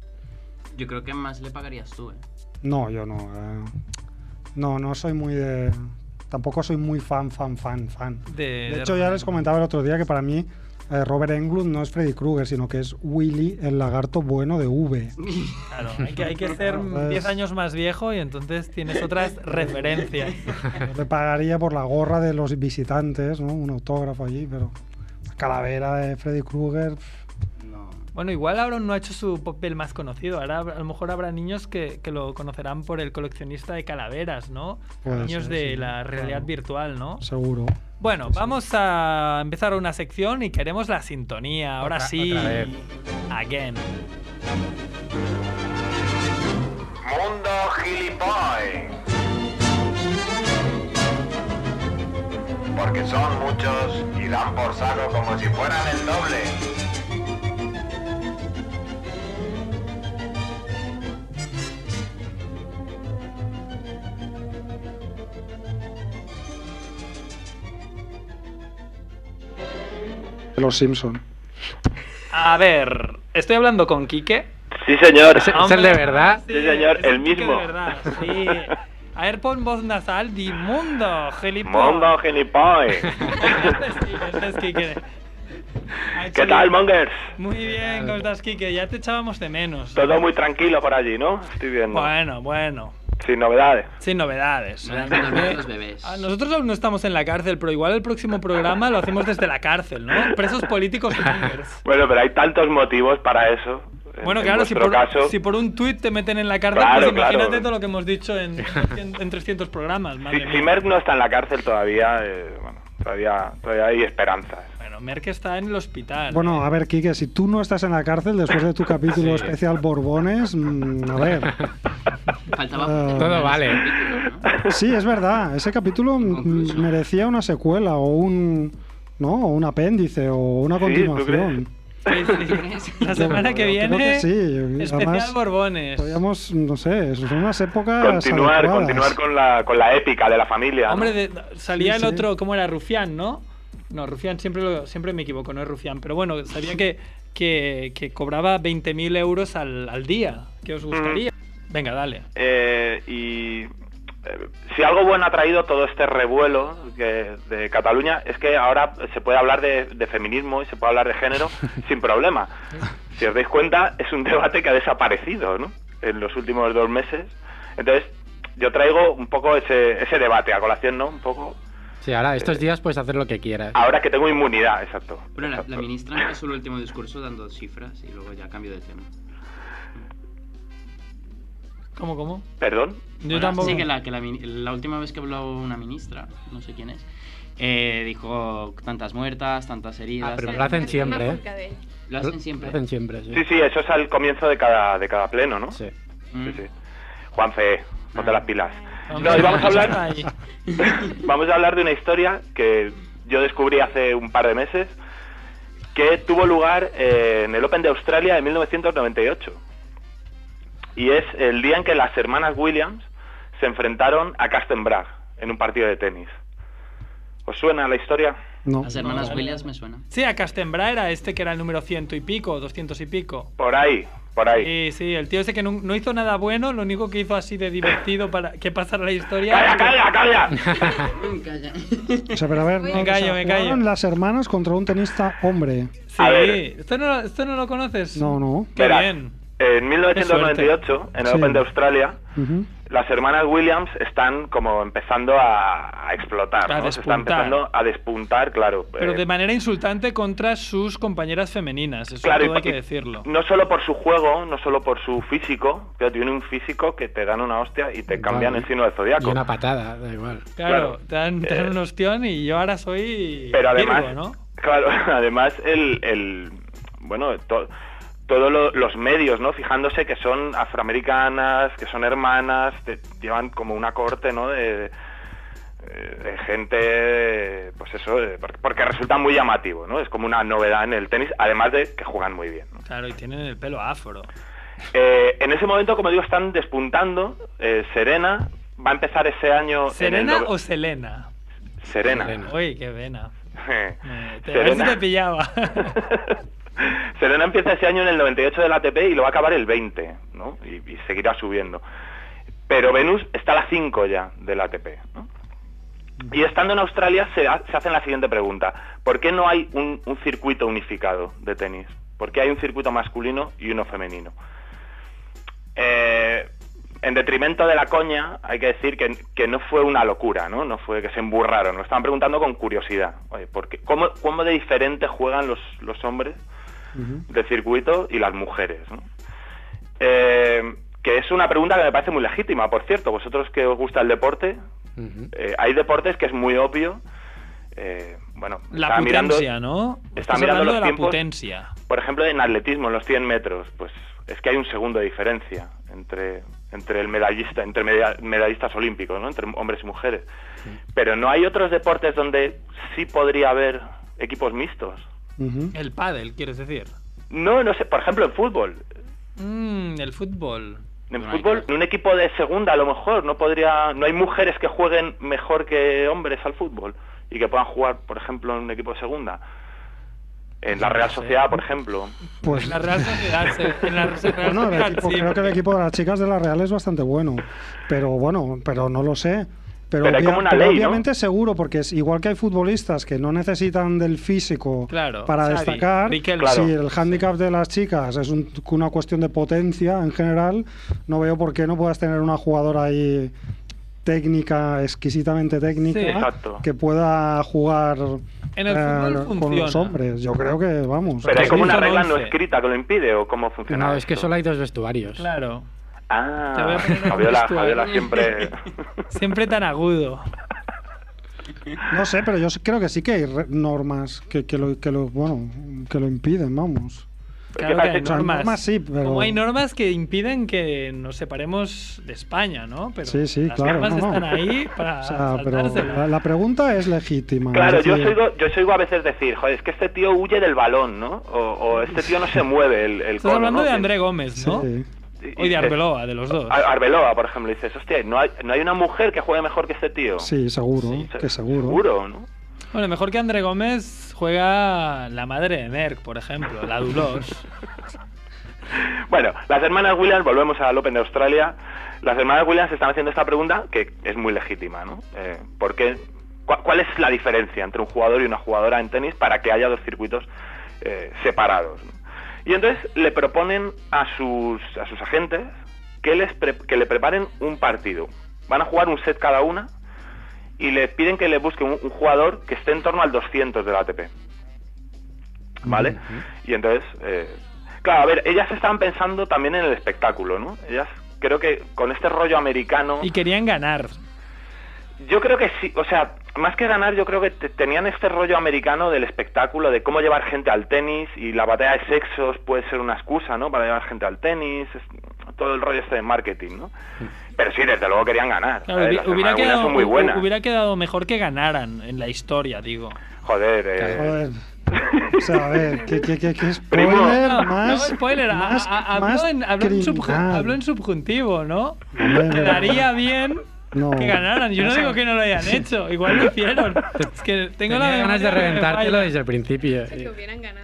[SPEAKER 7] Yo creo que más le pagarías tú, ¿eh?
[SPEAKER 2] No, yo no. eh. No, no soy muy de. Tampoco soy muy fan, fan, fan, fan.
[SPEAKER 1] Eh, De,
[SPEAKER 2] De
[SPEAKER 1] de
[SPEAKER 2] hecho, ya
[SPEAKER 1] Robert
[SPEAKER 2] les
[SPEAKER 1] Englund.
[SPEAKER 2] comentaba el otro día que para mí eh, Robert Englund no es Freddy Krueger, sino que es Willy, el lagarto bueno de V.
[SPEAKER 1] Claro, hay que, hay que ser
[SPEAKER 2] Pues-
[SPEAKER 1] 10 años más viejo y entonces tienes otras referencias.
[SPEAKER 2] Le pagaría por la gorra de los visitantes, ¿no? Un autógrafo allí, pero. la Calavera de Freddy Krueger. pf,
[SPEAKER 7] No.
[SPEAKER 1] Bueno, igual Aaron no ha hecho su papel más conocido. Ahora habrá- a lo mejor habrá niños que, que lo conocerán por el coleccionista de calaveras, ¿no?
[SPEAKER 2] Puede
[SPEAKER 1] niños
[SPEAKER 2] ser,
[SPEAKER 1] de
[SPEAKER 2] sí,
[SPEAKER 1] la realidad
[SPEAKER 2] claro.
[SPEAKER 1] virtual, ¿no?
[SPEAKER 2] Seguro.
[SPEAKER 1] Bueno, vamos a empezar una sección y queremos la sintonía. Ahora
[SPEAKER 3] Otra-
[SPEAKER 1] sí.
[SPEAKER 3] otra vez.
[SPEAKER 1] Again.
[SPEAKER 8] Mundo gilipoy. Porque son muchos y dan por saco como si fueran el doble.
[SPEAKER 2] De los Simpson.
[SPEAKER 1] A ver, estoy hablando con Quique.
[SPEAKER 9] Sí, señor.
[SPEAKER 3] ¿Es el de verdad?
[SPEAKER 1] Sí,
[SPEAKER 9] Sí, señor,
[SPEAKER 1] es
[SPEAKER 9] el
[SPEAKER 1] Quique
[SPEAKER 9] mismo.
[SPEAKER 1] De verdad, sí. A ver, pon voz nasal, di mundo, gilipollas.
[SPEAKER 9] Mundo gilipoy.
[SPEAKER 1] Este sí, este es Quique. Ha hecho
[SPEAKER 9] ¿Qué tal,
[SPEAKER 1] bien.
[SPEAKER 9] Mongers?
[SPEAKER 1] Muy bien, ¿cómo estás, Quique? Ya te echábamos de menos.
[SPEAKER 9] Todo muy tranquilo por allí, ¿no? Estoy viendo.
[SPEAKER 1] Bueno, bueno.
[SPEAKER 9] Sin novedades.
[SPEAKER 1] Sin novedades.
[SPEAKER 7] No dan dormir a los bebés.
[SPEAKER 1] Ah, Nosotros aún no estamos en la cárcel, pero igual el próximo programa lo hacemos desde la cárcel, ¿no? Presos políticos y bloggers.
[SPEAKER 9] Bueno, pero hay tantos motivos para eso. En-
[SPEAKER 1] Bueno,
[SPEAKER 9] en
[SPEAKER 1] claro, si
[SPEAKER 9] vuestro
[SPEAKER 1] por,
[SPEAKER 9] caso,
[SPEAKER 1] si por un tuit te meten en la cárcel,
[SPEAKER 9] Claro,
[SPEAKER 1] pues imagínate
[SPEAKER 9] claro.
[SPEAKER 1] todo lo que hemos dicho en, en 300 programas.
[SPEAKER 9] si,
[SPEAKER 1] Madre
[SPEAKER 9] si
[SPEAKER 1] mía.
[SPEAKER 9] Merck no está en la cárcel todavía, eh, bueno, todavía, todavía hay esperanzas.
[SPEAKER 1] Bueno, Merck está en el hospital. ¿eh?
[SPEAKER 2] Bueno, a ver, Quique, si tú no estás en la cárcel después de tu capítulo especial Borbones, mm, a ver.
[SPEAKER 7] Faltaba.
[SPEAKER 2] Ah.
[SPEAKER 3] Todo vale.
[SPEAKER 2] Sí, es verdad. Ese capítulo mm,
[SPEAKER 7] Concluso.
[SPEAKER 2] merecía una secuela o un. ¿No? O un apéndice o una
[SPEAKER 9] ¿tú crees?
[SPEAKER 2] continuación.
[SPEAKER 1] Sí, sí. La semana que
[SPEAKER 2] Yo creo
[SPEAKER 1] viene,
[SPEAKER 2] que sí.
[SPEAKER 1] especial
[SPEAKER 2] Además,
[SPEAKER 1] Borbones.
[SPEAKER 2] podíamos, no sé, son unas épocas.
[SPEAKER 9] Continuar,
[SPEAKER 2] adecuadas.
[SPEAKER 9] continuar con la, con la épica de la familia. ¿no?
[SPEAKER 1] Hombre, de- salía
[SPEAKER 2] Sí,
[SPEAKER 1] el
[SPEAKER 2] sí.
[SPEAKER 1] otro, ¿cómo era? Rufián, ¿no? No, Rufián, siempre, lo- siempre me equivoco, no es Rufián. Pero bueno, sabía que, que, que cobraba 20.000 euros al, al día. ¿Qué os gustaría? Venga, dale.
[SPEAKER 9] Eh, y eh, si algo bueno ha traído todo este revuelo que- de Cataluña es que ahora se puede hablar de, de feminismo y se puede hablar de género sin problema. Si os dais cuenta, es un debate que ha desaparecido ¿no? en los últimos dos meses. Entonces, yo traigo un poco ese, ese debate a colación, ¿no? Un poco.
[SPEAKER 3] Sí, ahora estos días puedes hacer lo que quieras.
[SPEAKER 9] Ahora que tengo inmunidad, exacto.
[SPEAKER 7] Bueno, la, la
[SPEAKER 9] exacto.
[SPEAKER 7] ministra hizo su último discurso dando cifras y luego ya cambio de tema.
[SPEAKER 1] ¿Cómo, cómo?
[SPEAKER 10] ¿Perdón?
[SPEAKER 1] Yo tampoco.
[SPEAKER 7] Sí, que, la, que la, mini- la última vez que habló una ministra, no sé quién es, eh, dijo tantas muertas, tantas heridas.
[SPEAKER 3] Ah, pero
[SPEAKER 7] tantas-
[SPEAKER 3] lo hacen siempre, ¿eh?
[SPEAKER 7] Lo hacen siempre.
[SPEAKER 3] Lo hacen siempre, sí.
[SPEAKER 10] Sí, sí, eso es al comienzo de cada, de cada pleno, ¿no?
[SPEAKER 3] Sí.
[SPEAKER 7] Mm.
[SPEAKER 10] Sí, sí. Juanfe, ponte las pilas.
[SPEAKER 1] Hombre,
[SPEAKER 10] No, y vamos a hablar-
[SPEAKER 1] ahí.
[SPEAKER 10] Vamos a hablar de una historia que yo descubrí hace un par de meses que tuvo lugar eh, en el Open de Australia de 1998. Y es el día en que las hermanas Williams se enfrentaron a Kastenbrag en un partido de tenis. ¿Os suena la historia?
[SPEAKER 2] No.
[SPEAKER 7] Las hermanas Williams me suena.
[SPEAKER 1] Sí, a Castenbra era este que era el número ciento y pico, doscientos y pico.
[SPEAKER 10] Por ahí, por ahí.
[SPEAKER 1] Sí, sí, el tío ese que no, no hizo nada bueno, lo único que hizo así de divertido para que pasara la historia.
[SPEAKER 10] ¡Calla, calla, calla!
[SPEAKER 7] Calla.
[SPEAKER 2] O sea, pero a ver,
[SPEAKER 1] Me
[SPEAKER 2] no, o sea,
[SPEAKER 1] callo, me
[SPEAKER 2] jugaron
[SPEAKER 1] callo.
[SPEAKER 2] las hermanas contra un tenista hombre.
[SPEAKER 1] Sí,
[SPEAKER 10] A ver.
[SPEAKER 1] ¿Esto, no, lo- esto no lo conoces.
[SPEAKER 2] No, no.
[SPEAKER 1] Qué
[SPEAKER 10] Verás,
[SPEAKER 1] bien.
[SPEAKER 10] En 1998, en el
[SPEAKER 2] Sí.
[SPEAKER 10] Open de Australia,
[SPEAKER 2] Ujú.
[SPEAKER 10] las hermanas Williams están como empezando a, a explotar,
[SPEAKER 1] A
[SPEAKER 10] ¿no? Se están
[SPEAKER 1] despuntar.
[SPEAKER 10] empezando a despuntar, claro.
[SPEAKER 1] Pero
[SPEAKER 10] eh,
[SPEAKER 1] de manera insultante contra sus compañeras femeninas, eso
[SPEAKER 10] claro, y-
[SPEAKER 1] todo hay que
[SPEAKER 10] y
[SPEAKER 1] decirlo.
[SPEAKER 10] No solo por su juego, no solo por su físico, que tiene un físico que te dan una hostia y te cambian
[SPEAKER 3] Vale.
[SPEAKER 10] el signo del
[SPEAKER 3] Y
[SPEAKER 10] zodiaco.
[SPEAKER 3] una patada, da igual.
[SPEAKER 1] Claro,
[SPEAKER 10] claro.
[SPEAKER 1] te dan, te dan
[SPEAKER 10] Eh,
[SPEAKER 1] un ostión y yo ahora soy
[SPEAKER 10] Pero además,
[SPEAKER 1] Virgo, ¿no?
[SPEAKER 10] claro, además el, el bueno, to- todos lo- los medios, ¿no? Fijándose que son afroamericanas, que son hermanas, te- llevan como una corte, ¿no? De, eh, de gente, pues eso, de- porque, porque resulta muy llamativo, ¿no? Es como una novedad en el tenis, además de que juegan muy bien. ¿no?
[SPEAKER 1] Claro, y tienen el pelo afro.
[SPEAKER 10] Eh, en ese momento, como digo, están despuntando. eh, Serena va a empezar ese año. en el
[SPEAKER 1] ¿Serena
[SPEAKER 10] nove-
[SPEAKER 1] o Selena?
[SPEAKER 10] Serena.
[SPEAKER 1] Uy, qué pena. Eh, te- a ver si
[SPEAKER 10] Serena.
[SPEAKER 1] te pillaba.
[SPEAKER 10] Serena empieza ese año en el 98 del ATP y lo va a acabar el 20, ¿no? Y, y seguirá subiendo. Pero Venus está a la 5 ya del ATP, ¿no? Y estando en Australia se, ha- se hacen la siguiente pregunta. ¿Por qué no hay un, un circuito unificado de tenis? ¿Por qué hay un circuito masculino y uno femenino? Eh, en detrimento de la coña, hay que decir que, que no fue una locura, ¿no? No fue que se emburraron, lo estaban preguntando con curiosidad. Oye, ¿por qué? ¿Cómo, cómo de diferente juegan los, los hombres de circuito y las mujeres? ¿no? Eh, que es una pregunta que me parece muy legítima, por cierto. Vosotros que os gusta el deporte,
[SPEAKER 3] Ujú.
[SPEAKER 10] eh, hay deportes que es muy obvio. eh, bueno,
[SPEAKER 1] La
[SPEAKER 10] estaba mirando,
[SPEAKER 1] potencia, ¿no?
[SPEAKER 10] estaba
[SPEAKER 1] Estás
[SPEAKER 10] mirando
[SPEAKER 1] hablando
[SPEAKER 10] los
[SPEAKER 1] de la
[SPEAKER 10] tiempos.
[SPEAKER 1] potencia.
[SPEAKER 10] por ejemplo, en atletismo, en los 100 metros, pues es que hay un segundo de diferencia entre, entre el medallista, entre meda- medallistas olímpicos, ¿no? Entre hombres y mujeres. Pero no hay otros deportes donde sí podría haber equipos mixtos.
[SPEAKER 2] Ujú.
[SPEAKER 1] El pádel, quieres decir.
[SPEAKER 10] No, no sé, por ejemplo, en fútbol.
[SPEAKER 1] Mm, el fútbol.
[SPEAKER 10] En
[SPEAKER 7] No hay
[SPEAKER 10] fútbol,
[SPEAKER 7] clase.
[SPEAKER 10] en un equipo de segunda a lo mejor, no podría, no hay mujeres que jueguen mejor que hombres al fútbol y que puedan jugar, por ejemplo, en un equipo de segunda. En la Real
[SPEAKER 1] No sé.
[SPEAKER 10] Sociedad, por ejemplo.
[SPEAKER 2] Pues
[SPEAKER 1] La Real Sociedad. se- en la Real Sociedad
[SPEAKER 2] Bueno, el
[SPEAKER 1] sí,
[SPEAKER 2] equipo- creo que el
[SPEAKER 1] porque-
[SPEAKER 2] equipo de las chicas de la Real es bastante bueno, pero bueno, pero no lo sé. Pero,
[SPEAKER 10] Pero hay
[SPEAKER 2] obvia-
[SPEAKER 10] como una
[SPEAKER 2] pero
[SPEAKER 10] ley, ¿no?
[SPEAKER 2] obviamente seguro, porque es igual que hay futbolistas que no necesitan del físico
[SPEAKER 1] Claro,
[SPEAKER 2] para
[SPEAKER 1] Xavi,
[SPEAKER 2] destacar,
[SPEAKER 1] Riquelme.
[SPEAKER 2] si
[SPEAKER 10] Claro.
[SPEAKER 2] el hándicap de las chicas es un- una cuestión de potencia en general, no veo por qué no puedas tener una jugadora ahí técnica, exquisitamente técnica,
[SPEAKER 1] Sí.
[SPEAKER 10] Exacto.
[SPEAKER 2] que pueda jugar eh,
[SPEAKER 1] En el fútbol
[SPEAKER 2] con los
[SPEAKER 1] funciona.
[SPEAKER 2] hombres. Yo creo que vamos.
[SPEAKER 10] Pero hay
[SPEAKER 1] Sí,
[SPEAKER 10] como una
[SPEAKER 1] son
[SPEAKER 10] regla no
[SPEAKER 1] 11.
[SPEAKER 10] escrita que lo impide o cómo funciona.
[SPEAKER 3] No, es que
[SPEAKER 10] esto?
[SPEAKER 3] solo hay dos vestuarios.
[SPEAKER 1] Claro. Te voy a
[SPEAKER 10] Ah,
[SPEAKER 1] poner un texto ¿eh?
[SPEAKER 10] Javiola,
[SPEAKER 1] ahí.
[SPEAKER 10] Javiola siempre.
[SPEAKER 1] Siempre tan agudo.
[SPEAKER 2] No sé, pero yo sí- creo que sí que hay re- normas que, que lo, que lo- bueno, que lo impiden, vamos.
[SPEAKER 1] Claro que hay
[SPEAKER 10] parece-
[SPEAKER 1] normas.
[SPEAKER 2] normas sí, pero-
[SPEAKER 1] Como hay normas que impiden que nos separemos de España, ¿no? Pero
[SPEAKER 2] Sí, sí,
[SPEAKER 1] las
[SPEAKER 2] claro,
[SPEAKER 1] normas
[SPEAKER 2] no, no.
[SPEAKER 1] están ahí para
[SPEAKER 2] O sea, pero
[SPEAKER 1] saltárselas.
[SPEAKER 2] la, la pregunta es legítima.
[SPEAKER 10] Claro,
[SPEAKER 2] es
[SPEAKER 10] yo
[SPEAKER 2] decir,
[SPEAKER 10] oigo, yo os oigo a veces decir, joder, es que este tío huye del balón, ¿no? O, o este tío no se mueve el, el
[SPEAKER 1] Estás
[SPEAKER 10] cono,
[SPEAKER 1] hablando
[SPEAKER 10] ¿no?
[SPEAKER 1] de André Gómez, ¿no?
[SPEAKER 2] sí.
[SPEAKER 10] Y- y Ah,
[SPEAKER 1] O de
[SPEAKER 10] dices-
[SPEAKER 1] Arbeloa, de los dos.
[SPEAKER 10] Ar- Arbeloa, por ejemplo, dices, hostia, ¿no hay, no hay una mujer que juegue mejor que este tío.
[SPEAKER 2] Sí, seguro,
[SPEAKER 10] Se-
[SPEAKER 2] que seguro.
[SPEAKER 10] Seguro, ¿no?
[SPEAKER 1] Bueno, mejor que André Gómez juega la madre de Merck, por ejemplo, la Dulos.
[SPEAKER 10] Bueno, las hermanas Williams, volvemos al Open de Australia. Las hermanas Williams están haciendo esta pregunta que es muy legítima, ¿no? Eh, ¿por qué- cua- ¿Cuál es la diferencia entre un jugador y una jugadora en tenis para que haya dos circuitos eh, separados? ¿no? Y entonces le proponen a sus, a sus agentes que, les pre- que le preparen un partido. Van a jugar un set cada una y les piden que le busquen un, un jugador que esté en torno al 200 del ATP. ¿Vale? Y entonces, eh, claro, a ver, ellas estaban pensando también en el espectáculo, ¿no? Ellas creo que con este rollo americano...
[SPEAKER 1] Y querían ganar.
[SPEAKER 10] Yo creo que sí, o sea, más que ganar, yo creo que te- tenían este rollo americano del espectáculo, de cómo llevar gente al tenis y la batalla de sexos puede ser una excusa, ¿no? Para llevar gente al tenis, es- todo el rollo este de marketing, ¿no? Pero sí, desde luego querían ganar.
[SPEAKER 1] Claro,
[SPEAKER 10] ¿sabes?
[SPEAKER 1] hubi-
[SPEAKER 10] Las
[SPEAKER 1] hubiera,
[SPEAKER 10] hermanas Williams
[SPEAKER 1] quedado,
[SPEAKER 10] son muy
[SPEAKER 1] hu-
[SPEAKER 10] buenas.
[SPEAKER 1] hubiera quedado mejor que ganaran en la historia, digo.
[SPEAKER 10] Joder, eh,
[SPEAKER 2] Joder. O sea, a ver, ¿qué, qué, qué, qué spoiler
[SPEAKER 1] No, no,
[SPEAKER 2] más?
[SPEAKER 1] spoiler, a-
[SPEAKER 2] más-
[SPEAKER 1] a- a- habló,
[SPEAKER 2] más
[SPEAKER 1] en, habló en subju-
[SPEAKER 2] criminal.
[SPEAKER 1] habló en subjuntivo, ¿no?
[SPEAKER 2] Hombre,
[SPEAKER 1] Quedaría bien
[SPEAKER 2] No.
[SPEAKER 1] que ganaran. Yo no digo que no lo hayan hecho, igual lo hicieron. Es que tengo la
[SPEAKER 3] Tenía ganas de
[SPEAKER 1] memoria que me
[SPEAKER 3] reventártelo
[SPEAKER 1] falla.
[SPEAKER 3] desde el principio.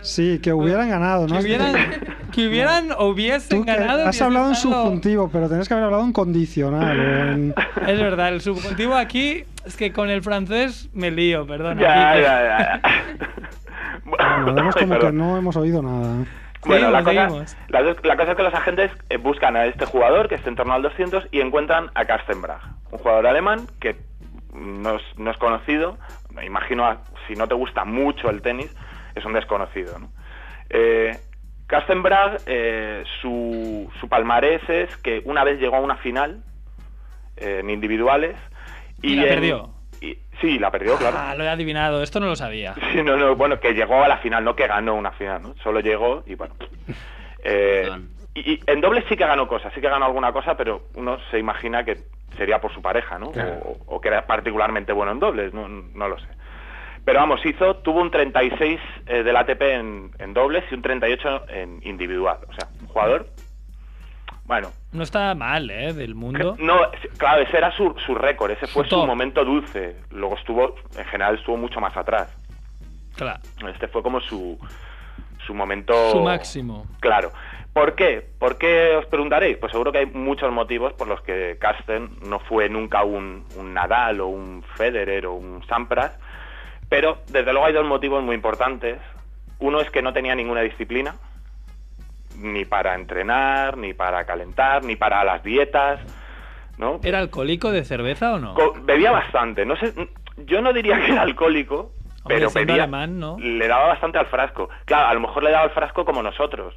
[SPEAKER 2] Sí, que hubieran ganado, ¿no?
[SPEAKER 1] Que hubieran, que hubieran o hubiesen
[SPEAKER 2] Tú que
[SPEAKER 1] ganado.
[SPEAKER 2] has
[SPEAKER 1] hubiese
[SPEAKER 2] hablado en
[SPEAKER 1] estado-
[SPEAKER 2] subjuntivo, pero tenés que haber hablado en condicional. o en-
[SPEAKER 1] Es verdad, el subjuntivo aquí es que con el francés me lío, perdón.
[SPEAKER 10] Ya,
[SPEAKER 1] Aquí-
[SPEAKER 10] ya, ya, ya.
[SPEAKER 2] Bueno, vemos como
[SPEAKER 10] Ay,
[SPEAKER 2] que
[SPEAKER 10] perdón.
[SPEAKER 2] no hemos oído nada.
[SPEAKER 10] Bueno, la cosa,
[SPEAKER 1] Seguimos,
[SPEAKER 10] la dos- la cosa es que los agentes eh, buscan a este jugador que está en torno al 200 y encuentran a Carsten Brag, un jugador alemán que no es, no es conocido. Me imagino, a- si no te gusta mucho el tenis, es un desconocido. ¿no? Eh, Carsten Brag, eh, su, su palmarés es que una vez llegó a una final eh, en individuales y,
[SPEAKER 1] Y la
[SPEAKER 10] en-
[SPEAKER 1] perdió.
[SPEAKER 10] y- sí, la perdió, claro.
[SPEAKER 1] Ah, lo he adivinado, esto no lo sabía.
[SPEAKER 10] Sí, no, no, bueno, que llegó a la final, no que ganó una final, ¿no? Solo llegó y bueno. Eh, y, y en dobles sí que ganó cosas, sí que ganó alguna cosa, pero uno se imagina que sería por su pareja, ¿no?
[SPEAKER 3] Claro.
[SPEAKER 10] O, o que era particularmente bueno en dobles, no, no lo sé. Pero vamos, hizo, tuvo un 36 eh, del ATP en, en dobles y un 38 en individual. O sea, un jugador. Bueno,
[SPEAKER 1] No está mal, ¿eh? Del mundo.
[SPEAKER 10] no, claro, ese era su, su récord, ese fue
[SPEAKER 1] Su
[SPEAKER 10] su
[SPEAKER 1] top.
[SPEAKER 10] momento dulce. Luego estuvo, en general, estuvo mucho más atrás.
[SPEAKER 1] Claro.
[SPEAKER 10] Este fue como su, su momento...
[SPEAKER 1] Su máximo.
[SPEAKER 10] Claro. ¿Por qué? ¿Por qué os preguntaréis? Pues seguro que hay muchos motivos por los que Carsten no fue nunca un, un Nadal o un Federer o un Sampras, pero desde luego hay dos motivos muy importantes. Uno es que no tenía ninguna disciplina, ni para entrenar, ni para calentar, ni para las dietas, ¿no?
[SPEAKER 1] ¿Era alcohólico de cerveza o no?
[SPEAKER 10] Co- Bebía bastante, no sé, yo no diría que era alcohólico,
[SPEAKER 1] Hombre,
[SPEAKER 10] pero
[SPEAKER 1] siendo
[SPEAKER 10] bebía,
[SPEAKER 1] alemán, ¿no?
[SPEAKER 10] le daba bastante al frasco. Claro, a lo mejor le daba al frasco como nosotros,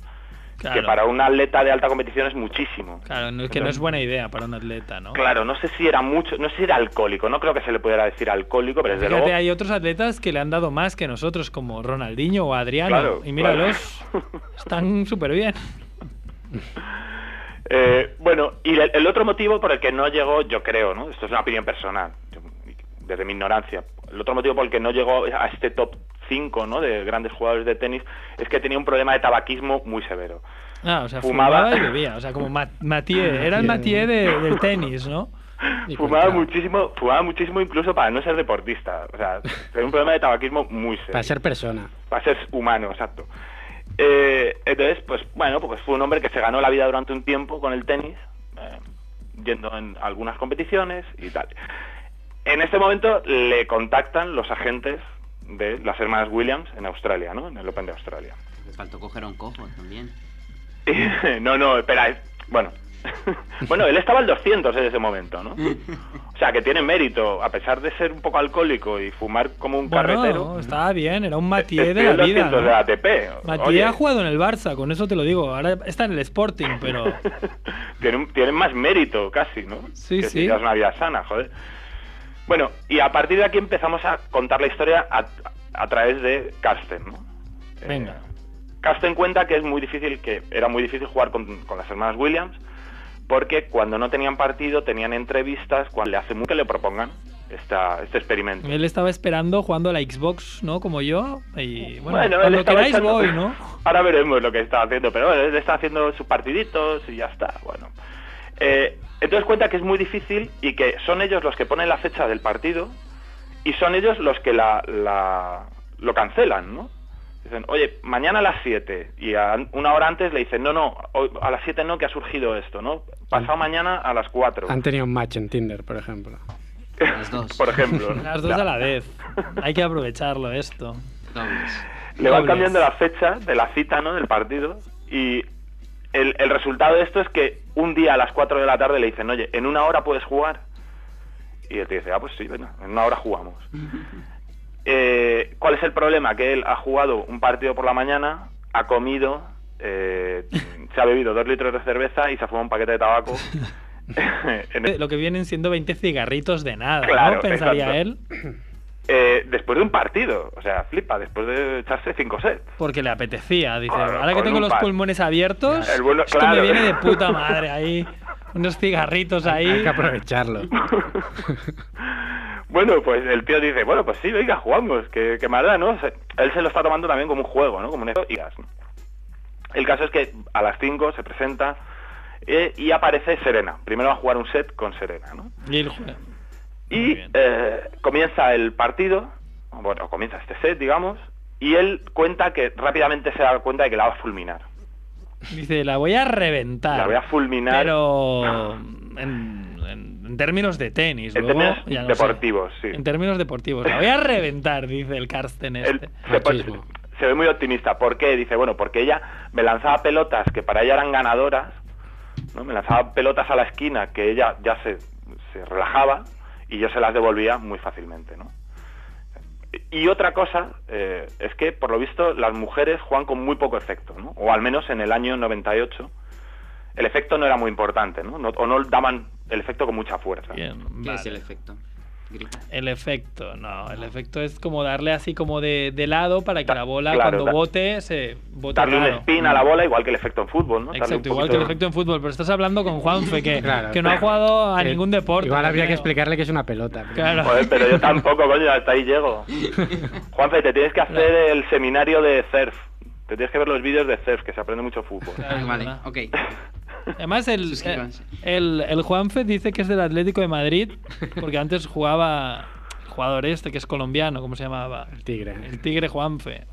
[SPEAKER 1] Claro,
[SPEAKER 10] que para un atleta de alta competición es muchísimo.
[SPEAKER 1] claro, no- que no es buena idea para un atleta, ¿no?
[SPEAKER 10] Claro, no sé si era mucho, no sé si era alcohólico, no creo que se le pudiera decir alcohólico, pero desde
[SPEAKER 1] Fíjate,
[SPEAKER 10] luego...
[SPEAKER 1] hay otros atletas que le han dado más que nosotros, como Ronaldinho o Adriano.
[SPEAKER 10] Claro,
[SPEAKER 1] y míralos,
[SPEAKER 10] claro.
[SPEAKER 1] están súper bien.
[SPEAKER 10] Eh, bueno, y el, el otro motivo por el que no llegó, yo creo, ¿no? Esto es una opinión personal, yo- desde mi ignorancia. El otro motivo por el que no llegó a este top 5, ¿no? De grandes jugadores de tenis, es que tenía un problema de tabaquismo muy severo.
[SPEAKER 1] Ah, o sea,
[SPEAKER 10] Fumaba.
[SPEAKER 1] fumaba, y bebía. O sea, como Ma- Mathieu. Era el Mathieu
[SPEAKER 3] Mathieu.
[SPEAKER 1] de- del tenis, ¿no?
[SPEAKER 3] Y
[SPEAKER 10] Fumaba
[SPEAKER 3] contra-
[SPEAKER 10] muchísimo, fumaba muchísimo incluso para no ser deportista. O sea, tenía un problema de tabaquismo muy serio.
[SPEAKER 3] Para ser persona.
[SPEAKER 10] para ser humano, exacto. Eh, entonces, pues bueno, pues fue un hombre que se ganó la vida durante un tiempo con el tenis, eh, yendo en algunas competiciones y tal. En este momento le contactan los agentes de las hermanas Williams en Australia, ¿no? En el Open de Australia.
[SPEAKER 7] Le faltó coger a un cojo también.
[SPEAKER 10] no, no, espera, eh, bueno. bueno, él estaba al 200 en ese momento, ¿no? O sea, que tiene mérito, a pesar de ser un poco alcohólico y fumar como un carretero.
[SPEAKER 1] Bueno, estaba bien. Era un Mathieu de
[SPEAKER 10] estoy al
[SPEAKER 1] la vida.
[SPEAKER 10] 200
[SPEAKER 1] ¿no?
[SPEAKER 10] de la ATP.
[SPEAKER 1] Mathieu
[SPEAKER 10] Oye.
[SPEAKER 1] ha jugado en el Barça, con eso te lo digo. Ahora está en el Sporting, pero.
[SPEAKER 10] tienen, tienen más mérito casi, ¿no?
[SPEAKER 1] Sí,
[SPEAKER 10] que
[SPEAKER 1] sí.
[SPEAKER 10] si llevas una vida sana, joder. Bueno, y a partir de aquí empezamos a contar la historia a, a través de Carsten, ¿no? Eh,
[SPEAKER 1] Venga.
[SPEAKER 10] Carsten cuenta que es muy difícil, que era muy difícil jugar con, con las hermanas Williams, porque cuando no tenían partido tenían entrevistas, cuando le hace mucho que le propongan esta, este experimento.
[SPEAKER 1] Él estaba esperando jugando a la Xbox, ¿no? Como yo. Y bueno,
[SPEAKER 10] él
[SPEAKER 1] cuando
[SPEAKER 10] estaba
[SPEAKER 1] queráis
[SPEAKER 10] echando-
[SPEAKER 1] voy, ¿no?
[SPEAKER 10] Ahora veremos lo que está haciendo, pero bueno, él está haciendo sus partiditos y ya está, bueno. Eh, entonces cuenta que es muy difícil y que son ellos los que ponen la fecha del partido y son ellos los que la, la- lo cancelan, ¿no? Dicen, oye, mañana a las 7 y a una hora antes le dicen, no, no, hoy- a las 7 no, que ha surgido esto, ¿no? Pasado mañana a las 4,
[SPEAKER 3] Han tenido un match en Tinder, por ejemplo.
[SPEAKER 7] Las dos.
[SPEAKER 10] por ejemplo. ¿no?
[SPEAKER 1] Las dos
[SPEAKER 10] Ya.
[SPEAKER 1] a la vez. Hay que aprovecharlo esto.
[SPEAKER 7] Dobles.
[SPEAKER 10] Le van
[SPEAKER 1] Dobles.
[SPEAKER 10] cambiando la fecha de la cita, ¿no? Del partido. Y el, el resultado de esto es que un día a las 4 de la tarde le dicen, oye, en una hora puedes jugar. Y él te dice, ah, pues sí, venga, en una hora jugamos. Eh, ¿Cuál es el problema? Que él ha jugado un partido por la mañana, ha comido, eh, se ha bebido dos litros de cerveza y se ha fumado un paquete de tabaco. En el-
[SPEAKER 1] Lo que vienen siendo 20 cigarritos de nada,
[SPEAKER 10] Claro,
[SPEAKER 1] ¿no? Pensaría
[SPEAKER 10] exacto.
[SPEAKER 1] él.
[SPEAKER 10] eh, después de un partido, o sea, flipa, después de echarse cinco sets.
[SPEAKER 1] Porque le apetecía. Dice,
[SPEAKER 10] Claro,
[SPEAKER 1] ahora que
[SPEAKER 10] con
[SPEAKER 1] tengo
[SPEAKER 10] un
[SPEAKER 1] los
[SPEAKER 10] par.
[SPEAKER 1] pulmones abiertos,
[SPEAKER 10] El bueno-
[SPEAKER 1] esto me
[SPEAKER 10] claro.
[SPEAKER 1] viene de puta madre ahí. Unos cigarritos ahí.
[SPEAKER 3] Hay que aprovecharlo.
[SPEAKER 10] Bueno, pues el tío dice, bueno, pues sí, venga, jugamos, que, que mala, ¿no? Se- él se lo está tomando también como un juego, ¿no? Como un y gas, ¿no? El caso es que a las 5 se presenta eh, y aparece Serena. Primero va a jugar un set con Serena, ¿no?
[SPEAKER 1] Y él juega.
[SPEAKER 10] Y eh, comienza el partido, bueno, comienza este set, digamos, y él cuenta que rápidamente se da cuenta de que la va a fulminar.
[SPEAKER 1] Dice, la voy a reventar.
[SPEAKER 10] La voy a fulminar.
[SPEAKER 1] Pero en, en- en términos de tenis,
[SPEAKER 10] En
[SPEAKER 1] luego,
[SPEAKER 10] términos
[SPEAKER 1] ya no sé.
[SPEAKER 10] deportivos, sí.
[SPEAKER 1] En términos deportivos. La voy a reventar, dice el Carsten
[SPEAKER 10] Él
[SPEAKER 1] este.
[SPEAKER 10] se, pone- se ve muy optimista. ¿Por qué? Dice, bueno, porque ella me lanzaba pelotas que para ella eran ganadoras, ¿no? Me lanzaba pelotas a la esquina que ella ya se, se relajaba y yo se las devolvía muy fácilmente, ¿no? Y otra cosa eh, es que, por lo visto, las mujeres juegan con muy poco efecto, ¿no? O al menos en el año 98 el efecto no era muy importante, ¿no? No- o no daban el efecto con mucha fuerza.
[SPEAKER 7] ¿Qué es el efecto? Grita.
[SPEAKER 1] El efecto, no. El efecto es como darle así como de, de lado para que la bola
[SPEAKER 10] claro,
[SPEAKER 1] cuando
[SPEAKER 10] da-
[SPEAKER 1] bote se bote
[SPEAKER 10] Darle un
[SPEAKER 1] raro.
[SPEAKER 10] spin a la bola, igual que el efecto en fútbol, ¿no? Darle
[SPEAKER 1] Exacto,
[SPEAKER 10] un
[SPEAKER 1] igual que
[SPEAKER 10] poquito-
[SPEAKER 1] el efecto en fútbol, pero estás hablando con Juanfe, que,
[SPEAKER 3] Claro.
[SPEAKER 1] que no ha jugado a
[SPEAKER 3] Que
[SPEAKER 1] ningún deporte.
[SPEAKER 3] Igual habría que
[SPEAKER 1] creo.
[SPEAKER 3] explicarle que es una pelota. pero-
[SPEAKER 1] Claro.
[SPEAKER 10] Joder, pero yo tampoco, coño, hasta ahí llego. Juanfe, te tienes que hacer el seminario de surf. Te tienes que ver los vídeos de surf, que se aprende mucho fútbol.
[SPEAKER 1] Claro,
[SPEAKER 7] Ah,
[SPEAKER 1] es
[SPEAKER 7] vale,
[SPEAKER 1] verdad.
[SPEAKER 7] ok.
[SPEAKER 1] Además, el,
[SPEAKER 7] Suscríbanse.
[SPEAKER 1] eh, el, el Juanfe dice que es del Atlético de Madrid, porque antes jugaba el jugador este, que es colombiano, ¿cómo se llamaba?
[SPEAKER 3] El tigre.
[SPEAKER 1] El Tigre Juanfe.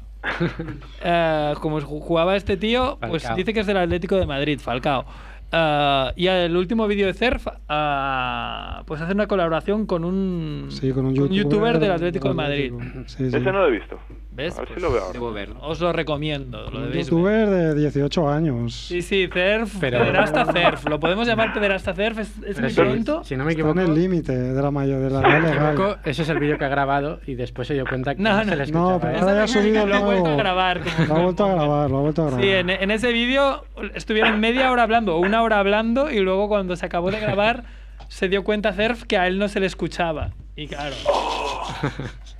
[SPEAKER 1] Eh, como ju- jugaba este tío, pues
[SPEAKER 3] Falcao.
[SPEAKER 1] dice que es del Atlético de Madrid, Falcao. Eh, y el último vídeo de Cerf, ah, pues hace una colaboración con un,
[SPEAKER 2] Sí, con un
[SPEAKER 1] con
[SPEAKER 2] youtuber,
[SPEAKER 1] del Atlético de Madrid.
[SPEAKER 2] Sí, sí.
[SPEAKER 10] Ese Este no lo he visto.
[SPEAKER 1] ¿Ves?
[SPEAKER 10] A ver si
[SPEAKER 1] Pues
[SPEAKER 10] lo veo ahora.
[SPEAKER 7] Debo verlo.
[SPEAKER 1] Os lo recomiendo, lo
[SPEAKER 2] Un
[SPEAKER 1] debéis ver.
[SPEAKER 2] youtuber de 18 años.
[SPEAKER 1] Sí, sí, Cerf,
[SPEAKER 3] Pero-
[SPEAKER 1] pederasta Cerf. Lo podemos llamar pederasta Cerf, es, es
[SPEAKER 3] Pero
[SPEAKER 1] muy
[SPEAKER 3] si-
[SPEAKER 1] pronto.
[SPEAKER 3] Si no me
[SPEAKER 2] Está en
[SPEAKER 3] equivoco,
[SPEAKER 2] el límite de la mayoría de la
[SPEAKER 3] si no
[SPEAKER 2] edad
[SPEAKER 3] me
[SPEAKER 2] legal.
[SPEAKER 3] equivoco, ese es el vídeo que ha grabado y después se dio cuenta que
[SPEAKER 1] No,
[SPEAKER 3] no,
[SPEAKER 1] no.
[SPEAKER 3] se le escuchaba.
[SPEAKER 2] No, pero
[SPEAKER 3] ¿eh?
[SPEAKER 2] ahora ya ha subido el
[SPEAKER 1] Lo ha vuelto a
[SPEAKER 2] nuevo.
[SPEAKER 1] grabar, como-
[SPEAKER 2] Lo ha vuelto a grabar, lo ha vuelto a grabar.
[SPEAKER 1] Sí, en, en ese vídeo estuvieron media hora hablando, o una hora hablando, y luego cuando se acabó de grabar, se dio cuenta Cerf que a él no se le escuchaba. Y claro.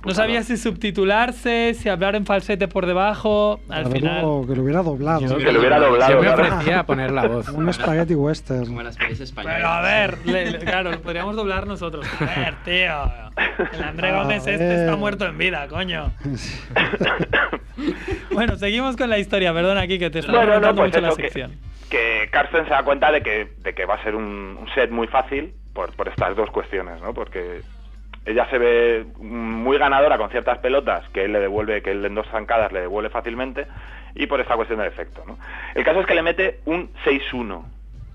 [SPEAKER 1] No sabía si subtitularse, si hablar en falsete por debajo. Al
[SPEAKER 2] Haberlo-
[SPEAKER 1] final.
[SPEAKER 2] que lo hubiera doblado.
[SPEAKER 10] Que lo hubiera doblado,
[SPEAKER 3] Yo me
[SPEAKER 10] claro.
[SPEAKER 3] ofrecía a poner la voz.
[SPEAKER 2] Un spaghetti
[SPEAKER 7] Como
[SPEAKER 2] western.
[SPEAKER 7] las pelis españolas.
[SPEAKER 1] Pero a ver, le- le- claro, lo podríamos doblar nosotros. A ver, tío. El André
[SPEAKER 2] A
[SPEAKER 1] Gómez este
[SPEAKER 2] ver.
[SPEAKER 1] está muerto en vida, coño. Bueno, seguimos con la historia. Perdón aquí que te está
[SPEAKER 10] Bueno, no,
[SPEAKER 1] contando
[SPEAKER 10] pues
[SPEAKER 1] mucho la
[SPEAKER 10] eso, que,
[SPEAKER 1] sección.
[SPEAKER 10] que Carsten se da cuenta de que, de que va a ser un, un set muy fácil por, por estas dos cuestiones, ¿no? Porque ella se ve muy ganadora con ciertas pelotas que él le devuelve, que él en dos zancadas le devuelve fácilmente y por esta cuestión del efecto, ¿no? El caso es que le mete un 6-1.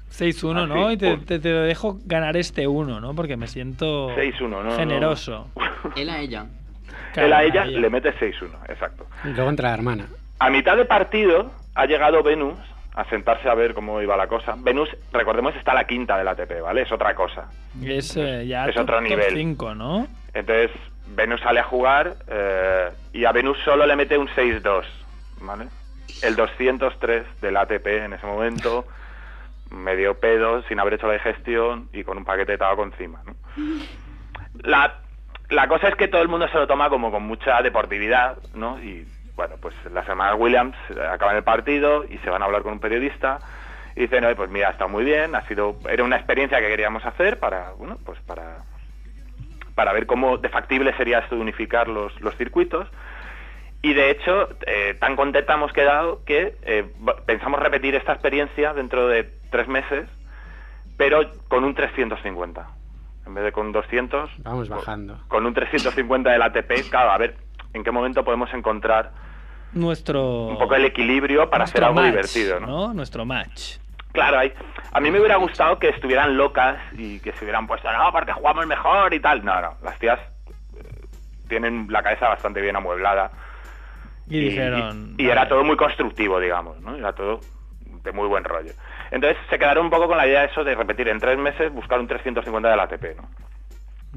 [SPEAKER 1] 6-1,
[SPEAKER 10] Así,
[SPEAKER 1] ¿no? Y te,
[SPEAKER 10] pum.
[SPEAKER 1] te- te dejo ganar este 1, ¿no? Porque me siento
[SPEAKER 10] 6-1, no, no.
[SPEAKER 1] generoso.
[SPEAKER 7] Él a ella.
[SPEAKER 10] Él a ella
[SPEAKER 1] Caray.
[SPEAKER 10] le mete 6-1, exacto.
[SPEAKER 3] Y luego entra la hermana.
[SPEAKER 10] A mitad de partido ha llegado Venus a sentarse a ver cómo iba la cosa. Venus, recordemos, está a la quinta del ATP, ¿vale? Es otra cosa.
[SPEAKER 1] Es eh, ya
[SPEAKER 10] Es otro nivel.
[SPEAKER 1] 5, ¿no?
[SPEAKER 10] Entonces, Venus sale a jugar eh, y a Venus solo le mete un 6-2, ¿vale? El 203 del ATP en ese momento, medio pedo, sin haber hecho la digestión y con un paquete de tabaco encima, ¿no? La, la cosa es que todo el mundo se lo toma como con mucha deportividad, ¿no? Y bueno, pues las hermanas Williams eh, acaban el partido y se van a hablar con un periodista y dicen, oye, pues mira, ha estado muy bien, ha sido, era una experiencia que queríamos hacer para, bueno, pues para para ver cómo de factible sería esto de unificar los, los circuitos. Y de hecho, eh, tan contenta hemos quedado que eh, va- pensamos repetir esta experiencia dentro de tres meses, pero con un 350. En vez de con un 200,
[SPEAKER 3] Vamos
[SPEAKER 10] con-
[SPEAKER 3] bajando.
[SPEAKER 10] Con un 350 del ATP, claro, a ver en qué momento podemos encontrar
[SPEAKER 1] Nuestro.
[SPEAKER 10] un poco el equilibrio para hacer
[SPEAKER 1] nuestro
[SPEAKER 10] algo
[SPEAKER 1] match,
[SPEAKER 10] divertido, ¿no?
[SPEAKER 1] Nuestro match.
[SPEAKER 10] Claro, hay- a mí me hubiera gustado que estuvieran locas y que se hubieran puesto, no, porque jugamos mejor y tal. No, no, las tías eh, tienen la cabeza bastante bien amueblada.
[SPEAKER 1] Y, dijeron.
[SPEAKER 10] y- y era
[SPEAKER 1] vale.
[SPEAKER 10] todo muy constructivo, digamos, ¿no? Era todo de muy buen rollo. Entonces se quedaron un poco con la idea de eso de repetir en tres meses buscar un 350 del ATP, ¿no?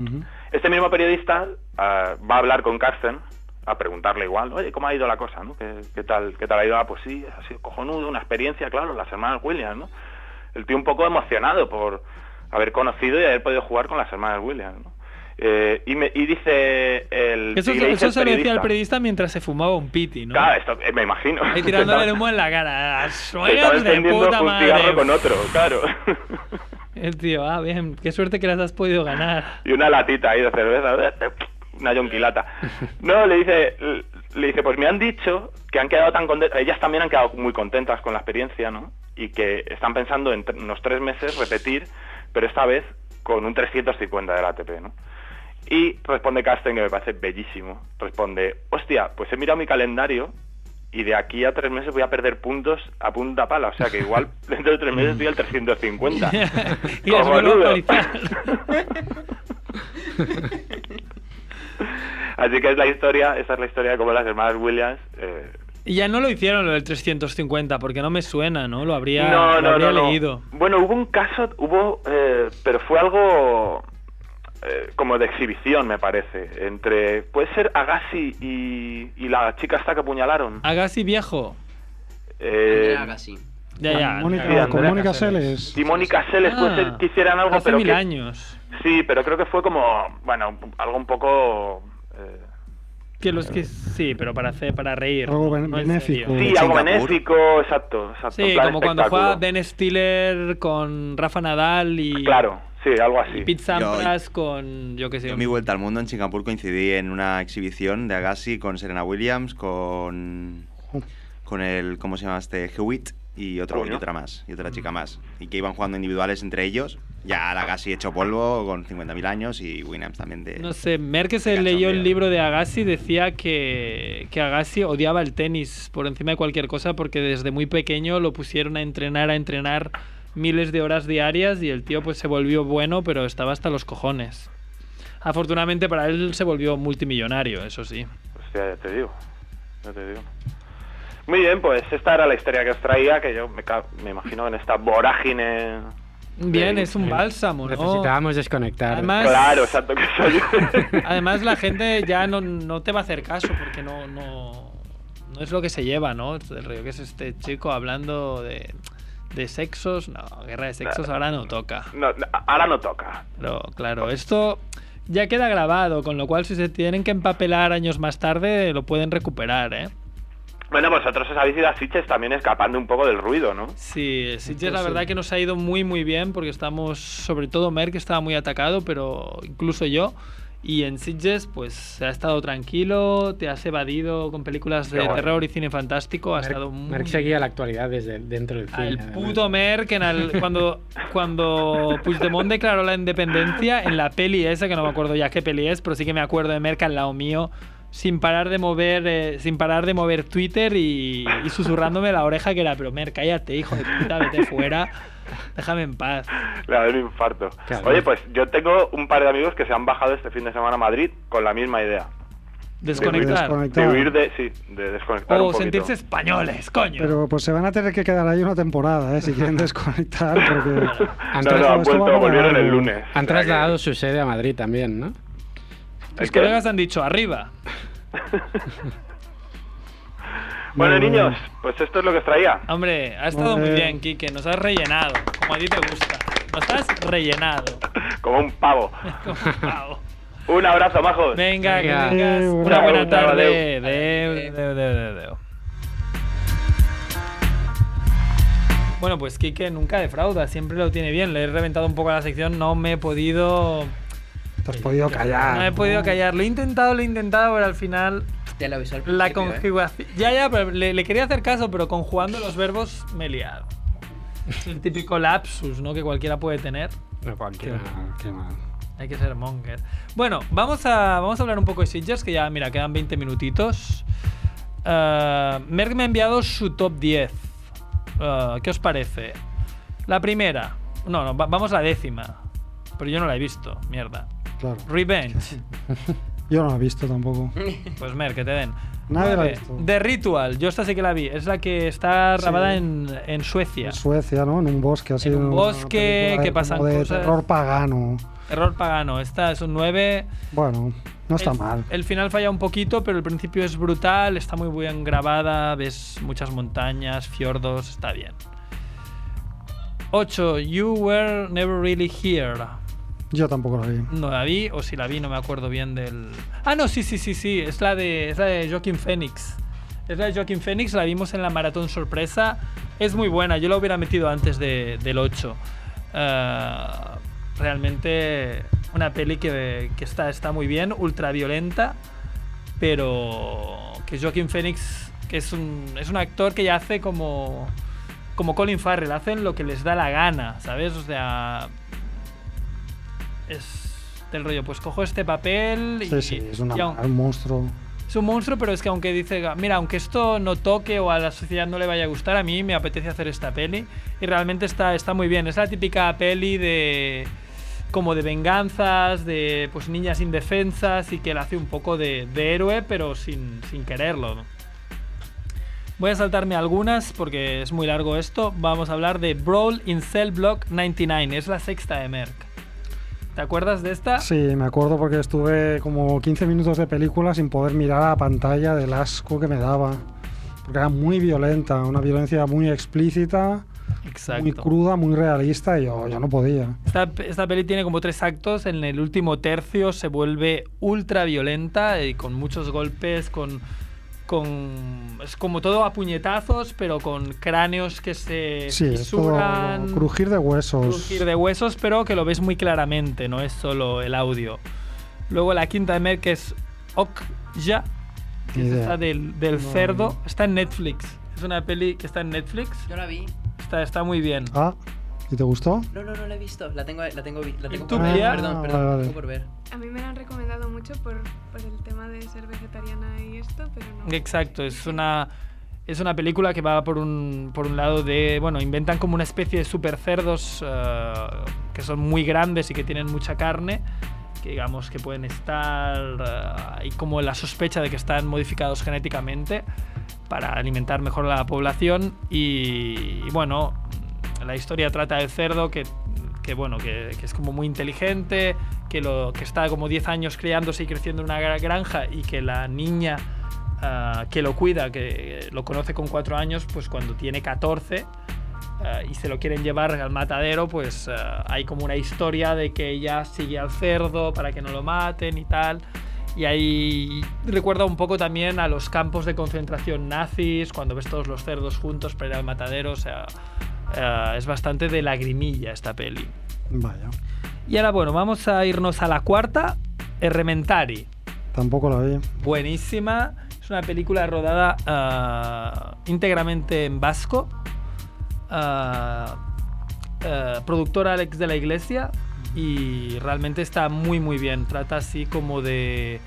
[SPEAKER 2] Ujú.
[SPEAKER 10] Este mismo periodista ah, va a hablar con Carsten a preguntarle igual, oye, ¿cómo ha ido la cosa? ¿no? ¿Qué, qué tal, ¿Qué tal ha ido? Ah, pues sí, ha sido cojonudo, una experiencia, claro, las hermanas Williams, ¿no? El tío un poco emocionado por haber conocido y haber podido jugar con las hermanas Williams, ¿no? Eh, y, me, y dice el.
[SPEAKER 1] Eso,
[SPEAKER 10] y le
[SPEAKER 1] eso
[SPEAKER 10] dice el
[SPEAKER 1] se lo decía al
[SPEAKER 10] periodista,
[SPEAKER 1] periodista mientras se fumaba un piti, ¿no?
[SPEAKER 10] Claro, esto, eh, me imagino.
[SPEAKER 1] Ahí tirándole el humo en la cara.
[SPEAKER 10] Se estaba
[SPEAKER 1] ¡Suegas de
[SPEAKER 10] encendiendo
[SPEAKER 1] puta
[SPEAKER 10] un cigarro
[SPEAKER 1] madre!
[SPEAKER 10] con otro, claro.
[SPEAKER 1] El tío, ah, bien, qué suerte que las has podido ganar.
[SPEAKER 10] y una latita ahí de cerveza, una yonquilata. No, le dice, le dice, pues me han dicho que han quedado tan contentas, ellas también han quedado muy contentas con la experiencia, ¿no? Y que están pensando en tre- unos tres meses repetir, pero esta vez con un 350 del ATP, ¿no? Y responde Carsten, que me parece bellísimo, responde, hostia, pues he mirado mi calendario y de aquí a tres meses voy a perder puntos a punta pala, o sea que igual dentro de tres meses estoy al 350.
[SPEAKER 1] Y las vuelvo a
[SPEAKER 10] Cojonudo.
[SPEAKER 1] actualizar.
[SPEAKER 10] Así que es la historia, esa es la historia de cómo las hermanas Williams. eh,
[SPEAKER 1] Y ya no lo hicieron lo del 350, porque no me suena, ¿no? Lo habría,
[SPEAKER 10] no,
[SPEAKER 1] lo
[SPEAKER 10] no,
[SPEAKER 1] habría
[SPEAKER 10] no, no.
[SPEAKER 1] leído.
[SPEAKER 10] Bueno, hubo un caso, hubo, eh, pero fue algo eh, como de exhibición, me parece, entre puede ser Agassi y, y la chica esta que apuñalaron.
[SPEAKER 1] Agassi viejo.
[SPEAKER 10] Eh,
[SPEAKER 7] Agassi.
[SPEAKER 1] Ya, ya.
[SPEAKER 10] Sí,
[SPEAKER 2] Mónica,
[SPEAKER 10] Andrea
[SPEAKER 2] con Mónica
[SPEAKER 10] Caseles.
[SPEAKER 2] Seles.
[SPEAKER 10] Y Mónica Seles puede
[SPEAKER 1] Ah,
[SPEAKER 10] ser que hicieran algo,
[SPEAKER 1] Hace
[SPEAKER 10] pero
[SPEAKER 1] mil
[SPEAKER 10] que-
[SPEAKER 1] años.
[SPEAKER 10] sí, pero creo que fue como, bueno, algo un poco. eh,
[SPEAKER 1] Que los que sí, pero para hacer, para reír.
[SPEAKER 2] Algo
[SPEAKER 1] ¿no?
[SPEAKER 2] ben-
[SPEAKER 1] No en
[SPEAKER 2] benéfico.
[SPEAKER 1] serio.
[SPEAKER 10] sí, algo benéfico, exacto, exacto. en
[SPEAKER 1] Sí,
[SPEAKER 10] plan
[SPEAKER 1] como cuando juega
[SPEAKER 10] espectáculo.
[SPEAKER 1] Ben Stiller con Rafa Nadal y,
[SPEAKER 10] Claro, sí, algo así.
[SPEAKER 1] y Pete Sampras con, yo qué sé,
[SPEAKER 5] Yo en mi vuelta al mundo en Singapur coincidí en una exhibición de Agassi con Serena Williams, con. con el. ¿Cómo se llama este? Hewitt y, otro, y
[SPEAKER 10] Coño.
[SPEAKER 5] otra más, y otra chica más. Y que iban jugando individuales entre ellos. Ya la Agassi hecho polvo con 50.000 años y Williams también de.
[SPEAKER 1] No sé, Merck se leyó el libro de Agassi, decía que, que Agassi odiaba el tenis por encima de cualquier cosa porque desde muy pequeño lo pusieron a entrenar, a entrenar miles de horas diarias y el tío pues se volvió bueno, pero estaba hasta los cojones. Afortunadamente para él se volvió multimillonario, eso sí.
[SPEAKER 10] Hostia, Pues ya te digo. Ya te digo. Muy bien, pues esta era la historia que os traía, que yo me, ca- me imagino en esta vorágine.
[SPEAKER 1] Bien, es un bálsamo, ¿no?
[SPEAKER 3] Necesitábamos desconectar.
[SPEAKER 1] Además-
[SPEAKER 10] Claro, exacto que soy.
[SPEAKER 1] Además, la gente ya no, no te va a hacer caso porque no, no, no es lo que se lleva, ¿no? El rollo que es este chico hablando de, de sexos. No, guerra de sexos ahora no toca.
[SPEAKER 10] No, no, ahora no toca.
[SPEAKER 1] Pero claro, esto ya queda grabado, con lo cual si se tienen que empapelar años más tarde, lo pueden recuperar, ¿eh?
[SPEAKER 10] Bueno, vosotros os habéis ido a Sitges también escapando un poco del ruido, ¿no?
[SPEAKER 1] Sí, Sitges la
[SPEAKER 3] Entonces-
[SPEAKER 1] verdad que nos ha ido muy muy bien porque estamos, sobre todo Merck estaba muy atacado, pero incluso yo. Y en Sitges pues se ha estado tranquilo, te has evadido con películas de
[SPEAKER 10] Qué guay.
[SPEAKER 1] terror y cine fantástico, ha
[SPEAKER 3] Merck-
[SPEAKER 1] estado muy...
[SPEAKER 3] Merck seguía la actualidad desde dentro del cine.
[SPEAKER 1] Al
[SPEAKER 3] además.
[SPEAKER 1] puto Merck en el- cuando, cuando Puigdemont declaró la independencia en la peli esa, que no me acuerdo ya qué peli es, pero sí que me acuerdo de Merck al lado mío, sin parar de mover, eh, sin parar de mover Twitter y, y susurrándome la oreja que era, pero Merck, cállate, hijo de puta, vete fuera, déjame en paz.
[SPEAKER 10] Le ha dado un infarto.
[SPEAKER 3] Claro.
[SPEAKER 10] Oye, pues yo tengo un par de amigos que se han bajado este fin de semana a Madrid con la misma idea.
[SPEAKER 1] Desconectar.
[SPEAKER 2] Desconectar.
[SPEAKER 10] De huir de, sí, de desconectar un
[SPEAKER 1] O
[SPEAKER 10] poquito.
[SPEAKER 1] Oh, sentirse españoles, coño.
[SPEAKER 2] Pero pues se van a tener que quedar ahí una temporada, ¿eh? Si quieren desconectar, porque...
[SPEAKER 3] Han
[SPEAKER 10] No, no,
[SPEAKER 3] trasladado-
[SPEAKER 10] han
[SPEAKER 2] esto va para
[SPEAKER 10] vuelto, volvieron el
[SPEAKER 2] largo.
[SPEAKER 10] lunes.
[SPEAKER 3] Han
[SPEAKER 10] O sea que-
[SPEAKER 3] trasladado su sede a Madrid también, ¿no?
[SPEAKER 1] Los
[SPEAKER 10] ¿El qué?
[SPEAKER 1] colegas han dicho, arriba.
[SPEAKER 10] Bueno,
[SPEAKER 2] Muy bien.
[SPEAKER 10] niños, pues esto es lo que os traía.
[SPEAKER 1] Hombre, ha estado muy
[SPEAKER 2] Vale.
[SPEAKER 1] bien, Quique, nos has rellenado, como a ti te gusta. Nos has rellenado.
[SPEAKER 10] Como un pavo.
[SPEAKER 1] Como un pavo.
[SPEAKER 10] Un abrazo, majos.
[SPEAKER 1] Venga, que
[SPEAKER 3] Venga.
[SPEAKER 1] tengas
[SPEAKER 2] Adeu,
[SPEAKER 1] una
[SPEAKER 10] adeu.
[SPEAKER 1] buena tarde.
[SPEAKER 10] Adeu.
[SPEAKER 1] Adeu, adeu, adeu, adeu. Bueno, pues Kike nunca defrauda, siempre lo tiene bien. Le he reventado un poco la sección, no me he podido.
[SPEAKER 2] Te has podido
[SPEAKER 3] Ah,
[SPEAKER 2] callar.
[SPEAKER 1] No me he podido callar. Lo he intentado, lo he intentado, pero al final
[SPEAKER 7] Te lo aviso al
[SPEAKER 1] la
[SPEAKER 7] principio, ¿eh?
[SPEAKER 1] conjugación. Ya, ya, pero le, le quería hacer caso, pero conjugando los verbos me he liado. Es el típico lapsus, ¿no? Que cualquiera puede tener.
[SPEAKER 3] No, cualquiera. Qué mal.
[SPEAKER 1] Hay que ser monger. Bueno, vamos a, vamos a hablar un poco de Sitges, que ya, mira, quedan 20 minutitos. Eh, Merck me ha enviado su top 10. Eh, ¿Qué os parece? La primera. No, no, va- vamos a la décima. Pero yo no la he visto, mierda.
[SPEAKER 2] Claro.
[SPEAKER 1] Revenge.
[SPEAKER 2] Yo no lo he visto tampoco.
[SPEAKER 1] Pues Merck, que te den.
[SPEAKER 2] Nadie la ha
[SPEAKER 1] Nueve.
[SPEAKER 2] visto.
[SPEAKER 1] The Ritual. Yo esta sí que la vi. Es la que está
[SPEAKER 2] Sí.
[SPEAKER 1] grabada en, en Suecia.
[SPEAKER 2] En Suecia, ¿no? En un bosque así.
[SPEAKER 1] En un
[SPEAKER 2] una
[SPEAKER 1] bosque
[SPEAKER 2] película
[SPEAKER 1] que
[SPEAKER 2] de-
[SPEAKER 1] pasan
[SPEAKER 2] como de
[SPEAKER 1] cosas.
[SPEAKER 2] terror pagano.
[SPEAKER 1] Error pagano. Esta es un 9.
[SPEAKER 2] Bueno, no está mal.
[SPEAKER 1] El final falla un poquito, pero el principio es brutal, está muy bien grabada, ves muchas montañas, fiordos, está bien. 8. You were never really here.
[SPEAKER 2] Yo tampoco lo vi.
[SPEAKER 1] No la vi, o si la vi, no me acuerdo bien del. Ah, no, sí, sí, sí, sí. Es la de, es la de Joaquín Phoenix. Es la de Joaquín Phoenix, la vimos en la maratón sorpresa. Es muy buena, yo la hubiera metido antes de- del 8. Ah, realmente una peli que, que está, está muy bien, ultra violenta, pero que Joaquín Phoenix, que es un, es un actor que ya hace como, como Colin Farrell, hacen lo que les da la gana, ¿sabes? O sea, es del rollo, pues cojo este papel y,
[SPEAKER 2] Sí, sí, es una-
[SPEAKER 1] y aun-
[SPEAKER 2] un monstruo.
[SPEAKER 1] es un monstruo, pero es que aunque dice, mira, aunque esto no toque o a la sociedad no le vaya a gustar, a mí me apetece hacer esta peli. Y realmente está, está muy bien. Es la típica peli de como de venganzas, de pues niñas indefensas y que él hace un poco de, de héroe, pero sin, sin quererlo. ¿no? Voy a saltarme algunas porque es muy largo esto. Vamos a hablar de Brawl in Cell Block 99. Es la sexta de Merck. ¿Te acuerdas de esta?
[SPEAKER 2] Sí, me acuerdo porque estuve como 15 minutos de película sin poder mirar a la pantalla del asco que me daba. Porque era muy violenta, una violencia muy explícita,
[SPEAKER 1] Exacto.
[SPEAKER 2] muy cruda, muy realista y yo, yo no podía.
[SPEAKER 1] Esta, esta peli tiene como tres actos. En el último tercio se vuelve ultra violenta y con muchos golpes, con. con es como todo a puñetazos, pero con cráneos que se
[SPEAKER 2] Sí, es todo
[SPEAKER 1] Eh, fisuran.
[SPEAKER 2] crujir de huesos.
[SPEAKER 1] crujir de huesos, pero que lo ves muy claramente, no es solo el audio. Luego la quinta de Merck es Okja, que
[SPEAKER 2] Ni
[SPEAKER 1] es
[SPEAKER 2] idea.
[SPEAKER 1] esta del, del
[SPEAKER 2] No,
[SPEAKER 1] cerdo. Está en Netflix. Es una peli que está en Netflix.
[SPEAKER 7] Yo la vi.
[SPEAKER 1] Está, está muy bien.
[SPEAKER 2] Ah, ¿y te gustó?
[SPEAKER 7] No, no, no la he visto. La tengo, la tengo, vi- la tengo
[SPEAKER 1] tú,
[SPEAKER 7] por ver.
[SPEAKER 1] Pia?
[SPEAKER 7] Perdón,
[SPEAKER 2] Ah,
[SPEAKER 7] perdón,
[SPEAKER 2] vale,
[SPEAKER 7] la
[SPEAKER 2] vale.
[SPEAKER 7] tengo por ver.
[SPEAKER 11] A mí me lo han recomendado mucho por, por el tema de ser vegetariana y esto, pero no.
[SPEAKER 1] Exacto, es una, es una película que va por un, por un lado de, bueno, inventan como una especie de super cerdos eh, que son muy grandes y que tienen mucha carne, que digamos que pueden estar, eh, hay como la sospecha de que están modificados genéticamente para alimentar mejor a la población y, y bueno, la historia trata del cerdo que, que bueno, que, que es como muy inteligente, que, lo, que está como 10 años criándose y creciendo en una gra- granja y que la niña ah, que lo cuida, que lo conoce con 4 años, pues cuando tiene 14 ah, y se lo quieren llevar al matadero, pues ah, hay como una historia de que ella sigue al cerdo para que no lo maten y tal. Y ahí recuerda un poco también a los campos de concentración nazis, cuando ves todos los cerdos juntos para ir al matadero, o sea, eh, es bastante de lagrimilla esta peli.
[SPEAKER 2] Vaya,
[SPEAKER 1] Y ahora, bueno, vamos a irnos a la cuarta, Errementari.
[SPEAKER 2] tampoco la vi.
[SPEAKER 1] Buenísima. Es una película rodada ah, íntegramente en vasco. Ah, eh, productora Alex de la Iglesia. Y realmente está muy, muy bien. Trata así como de.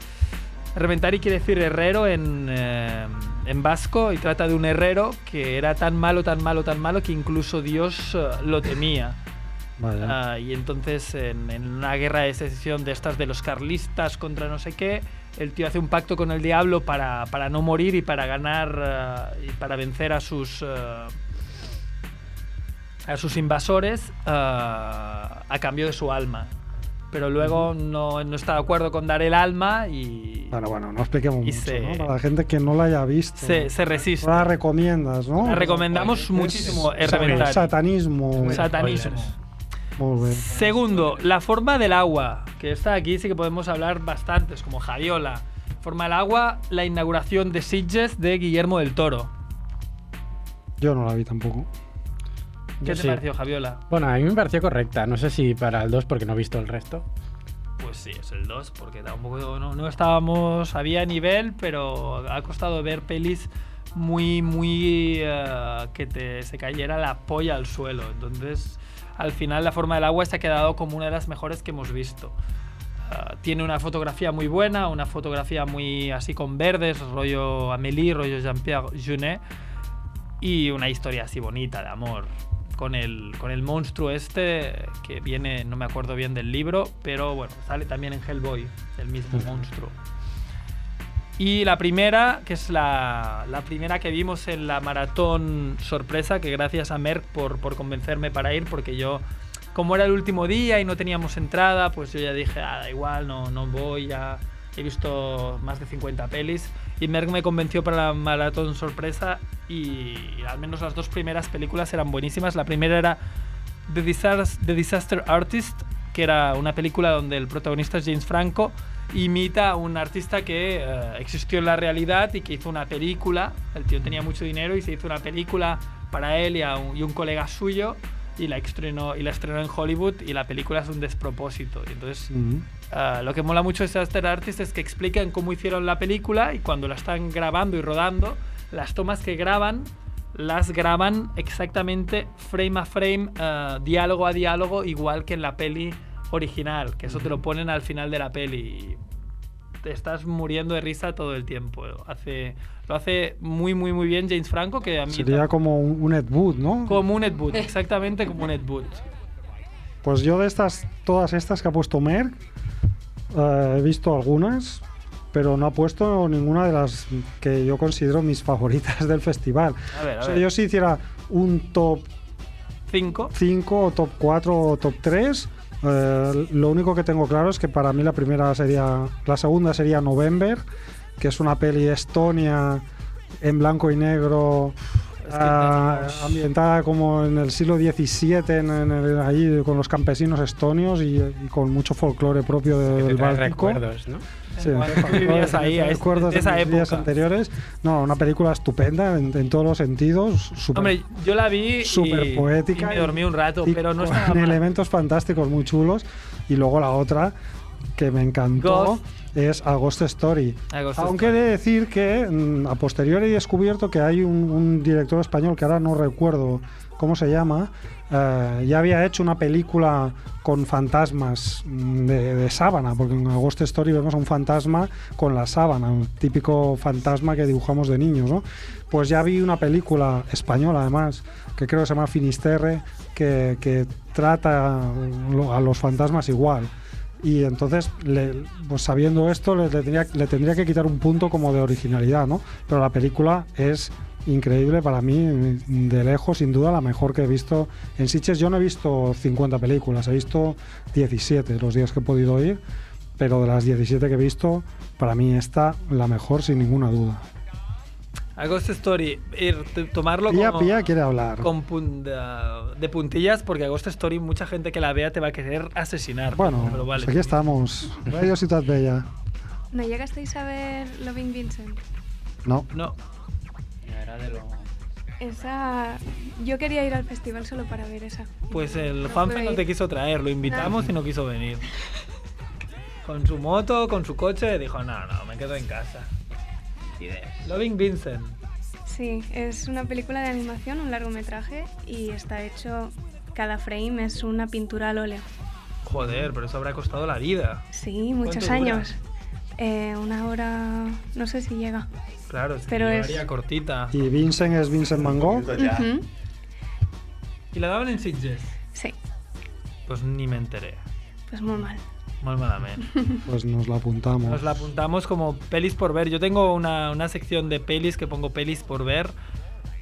[SPEAKER 1] Reventari quiere decir herrero en, eh, en vasco y trata de un herrero que era tan malo, tan malo, tan malo que incluso Dios eh, lo temía.
[SPEAKER 2] Vaya.
[SPEAKER 1] Ah, y entonces en, en una guerra de secesión de estas de los carlistas contra no sé qué, el tío hace un pacto con el diablo para, para no morir y para ganar ah, y para vencer a sus ah, a sus invasores ah, a cambio de su alma. Pero luego no, no está de acuerdo con dar el alma y
[SPEAKER 2] Bueno, bueno, no expliquemos
[SPEAKER 1] Y
[SPEAKER 2] mucho,
[SPEAKER 1] se-
[SPEAKER 2] ¿no? Para la gente que no la haya visto.
[SPEAKER 1] se, se resiste.
[SPEAKER 2] Tú la recomiendas, ¿no?
[SPEAKER 1] La recomendamos muchísimo.
[SPEAKER 2] Es-
[SPEAKER 1] Errementari.
[SPEAKER 2] Satanismo.
[SPEAKER 1] Satanismo.
[SPEAKER 2] Muy bien.
[SPEAKER 1] Segundo, la forma del agua, que está aquí sí que podemos hablar bastantes, como Javiola. Forma del agua, la inauguración de Sitges de Guillermo del Toro.
[SPEAKER 2] Yo no la vi tampoco.
[SPEAKER 1] ¿Qué
[SPEAKER 3] Yo
[SPEAKER 1] te
[SPEAKER 3] sí.
[SPEAKER 1] pareció, Javiola?
[SPEAKER 3] Bueno, a mí me pareció correcta. No sé si para el 2 porque no he visto el resto.
[SPEAKER 1] Pues sí, es el 2, porque tampoco no, no estábamos, había nivel, pero ha costado ver pelis muy, muy eh, que te, se cayera la polla al suelo. Entonces, al final la forma del agua se ha quedado como una de las mejores que hemos visto. Ah, tiene una fotografía muy buena, una fotografía muy así con verdes, rollo Amélie, rollo Jean-Pierre Jeunet, y una historia así bonita de amor. Con el, con el monstruo este, que viene, no me acuerdo bien del libro, pero bueno, sale también en Hellboy, el mismo monstruo. Y la primera, que es la, la primera que vimos en la maratón sorpresa, que gracias a Merck por, por convencerme para ir, porque yo como era el último día y no teníamos entrada, pues yo ya dije, ah, da igual, no, no voy, ya he visto más de 50 pelis. Y Merck me convenció para la maratón sorpresa y, al menos las dos primeras películas eran buenísimas. La primera era The, Disas- The Disaster Artist, que era una película donde el protagonista es James Franco, imita a un artista que eh, existió en la realidad y que hizo una película. El tío tenía mucho dinero y se hizo una película para él y, a un, y un colega suyo y la, estrenó, y la estrenó en Hollywood y la película es un despropósito. Y entonces
[SPEAKER 2] Ujú.
[SPEAKER 1] Ah, lo que mola mucho de Disaster Artist es que explican cómo hicieron la película y cuando la están grabando y rodando, las tomas que graban las graban exactamente frame a frame, ah, diálogo a diálogo, igual que en la peli original, que eso te lo ponen al final de la peli. y Te estás muriendo de risa todo el tiempo. Hace, lo hace muy, muy, muy bien James Franco, que a mí
[SPEAKER 2] Sería como un, un Ed Wood, ¿no?
[SPEAKER 1] como un Ed Wood, exactamente como un Ed Wood.
[SPEAKER 2] Pues yo de estas, todas estas que ha puesto Merck, eh, he visto algunas, pero no ha puesto ninguna de las que yo considero mis favoritas del festival.
[SPEAKER 1] A ver, a
[SPEAKER 2] O sea,
[SPEAKER 1] ver.
[SPEAKER 2] yo si hiciera un top
[SPEAKER 1] 5
[SPEAKER 2] 5, top 4 o top 3, lo único que tengo claro es que para mí la primera sería, la segunda sería November, que es una peli estonia en blanco y negro. ah, ambientada como en el siglo XVII, en, en el- ahí con los campesinos estonios y, y con mucho folclore propio de- del
[SPEAKER 3] trae
[SPEAKER 2] Báltico.
[SPEAKER 3] recuerdos, ¿no?
[SPEAKER 2] Sí,
[SPEAKER 3] Igual tú
[SPEAKER 2] recuerdos,
[SPEAKER 3] vivías ahí, a este-
[SPEAKER 2] recuerdos
[SPEAKER 1] de esa
[SPEAKER 2] mis días
[SPEAKER 1] época.
[SPEAKER 2] anteriores. No, una película estupenda en, en todos los sentidos. súper-
[SPEAKER 1] Hombre, yo la vi y-
[SPEAKER 2] súper poética.
[SPEAKER 1] y me dormí un rato,
[SPEAKER 2] y
[SPEAKER 1] pero no
[SPEAKER 2] con
[SPEAKER 1] estaba mal.
[SPEAKER 2] elementos fantásticos muy chulos. Y luego la otra que me encantó
[SPEAKER 1] Ghost.
[SPEAKER 2] es A Ghost Story.
[SPEAKER 1] A Ghost
[SPEAKER 2] Aunque he de decir que mm, a posteriori he descubierto que hay un, un director español que ahora no recuerdo cómo se llama. eh, ya había hecho una película con fantasmas mm, de, de sábana, porque en A Ghost Story vemos a un fantasma con la sábana, un típico fantasma que dibujamos de niños, ¿no? Pues ya vi una película española, además, que creo que se llama Finisterre, que, que trata lo- a los fantasmas igual. Y entonces, le- pues sabiendo esto, le, le tendría, le tendría que quitar un punto como de originalidad, ¿no? Pero la película es increíble para mí, de lejos, sin duda, la mejor que he visto en Sitges. Yo no he visto 50 películas, he visto 17 los días que he podido ir, pero de las 17 que he visto, para mí esta la mejor sin ninguna duda.
[SPEAKER 1] A Ghost Story, ir- t- tomarlo
[SPEAKER 2] Pía,
[SPEAKER 1] como,
[SPEAKER 2] Pía quiere hablar.
[SPEAKER 1] con pun- de, de puntillas, porque a Ghost Story mucha gente que la vea te va a querer asesinar.
[SPEAKER 2] Bueno,
[SPEAKER 1] pero vale.
[SPEAKER 2] pues aquí estamos. Radio Ciudad Bella.
[SPEAKER 11] ¿No llegasteis a ver Loving Vincent?
[SPEAKER 2] No.
[SPEAKER 1] No.
[SPEAKER 7] Era de lo...
[SPEAKER 11] Esa... Yo quería ir al festival solo para ver esa.
[SPEAKER 1] Pues el
[SPEAKER 11] No
[SPEAKER 1] Juanfe
[SPEAKER 11] pude
[SPEAKER 1] no te
[SPEAKER 11] ir.
[SPEAKER 1] quiso traer, lo invitamos
[SPEAKER 11] Nada.
[SPEAKER 1] y no quiso venir. Con su moto, con su coche, dijo, no, no, me quedo en casa. Loving Vincent.
[SPEAKER 11] Sí, es una película de animación, un largometraje, y está hecho... Cada frame es una pintura al óleo.
[SPEAKER 1] Joder, pero eso habrá costado la vida.
[SPEAKER 11] Sí, muchos
[SPEAKER 1] ¿Cuánto dura?
[SPEAKER 11] años. Eh, una hora... no sé si llega.
[SPEAKER 1] Claro, es
[SPEAKER 11] Pero
[SPEAKER 1] una
[SPEAKER 11] es-
[SPEAKER 1] haría cortita.
[SPEAKER 2] Y Vincent es Vincent Van Gogh.
[SPEAKER 1] Pues
[SPEAKER 11] Ujú,
[SPEAKER 1] ¿Y la daban en Sitges?
[SPEAKER 11] Sí,
[SPEAKER 1] Pues ni me enteré.
[SPEAKER 11] pues muy mal.
[SPEAKER 1] Mal malamente.
[SPEAKER 2] Pues nos la apuntamos.
[SPEAKER 1] Nos la apuntamos como pelis por ver. Yo tengo una, una sección de pelis que pongo pelis por ver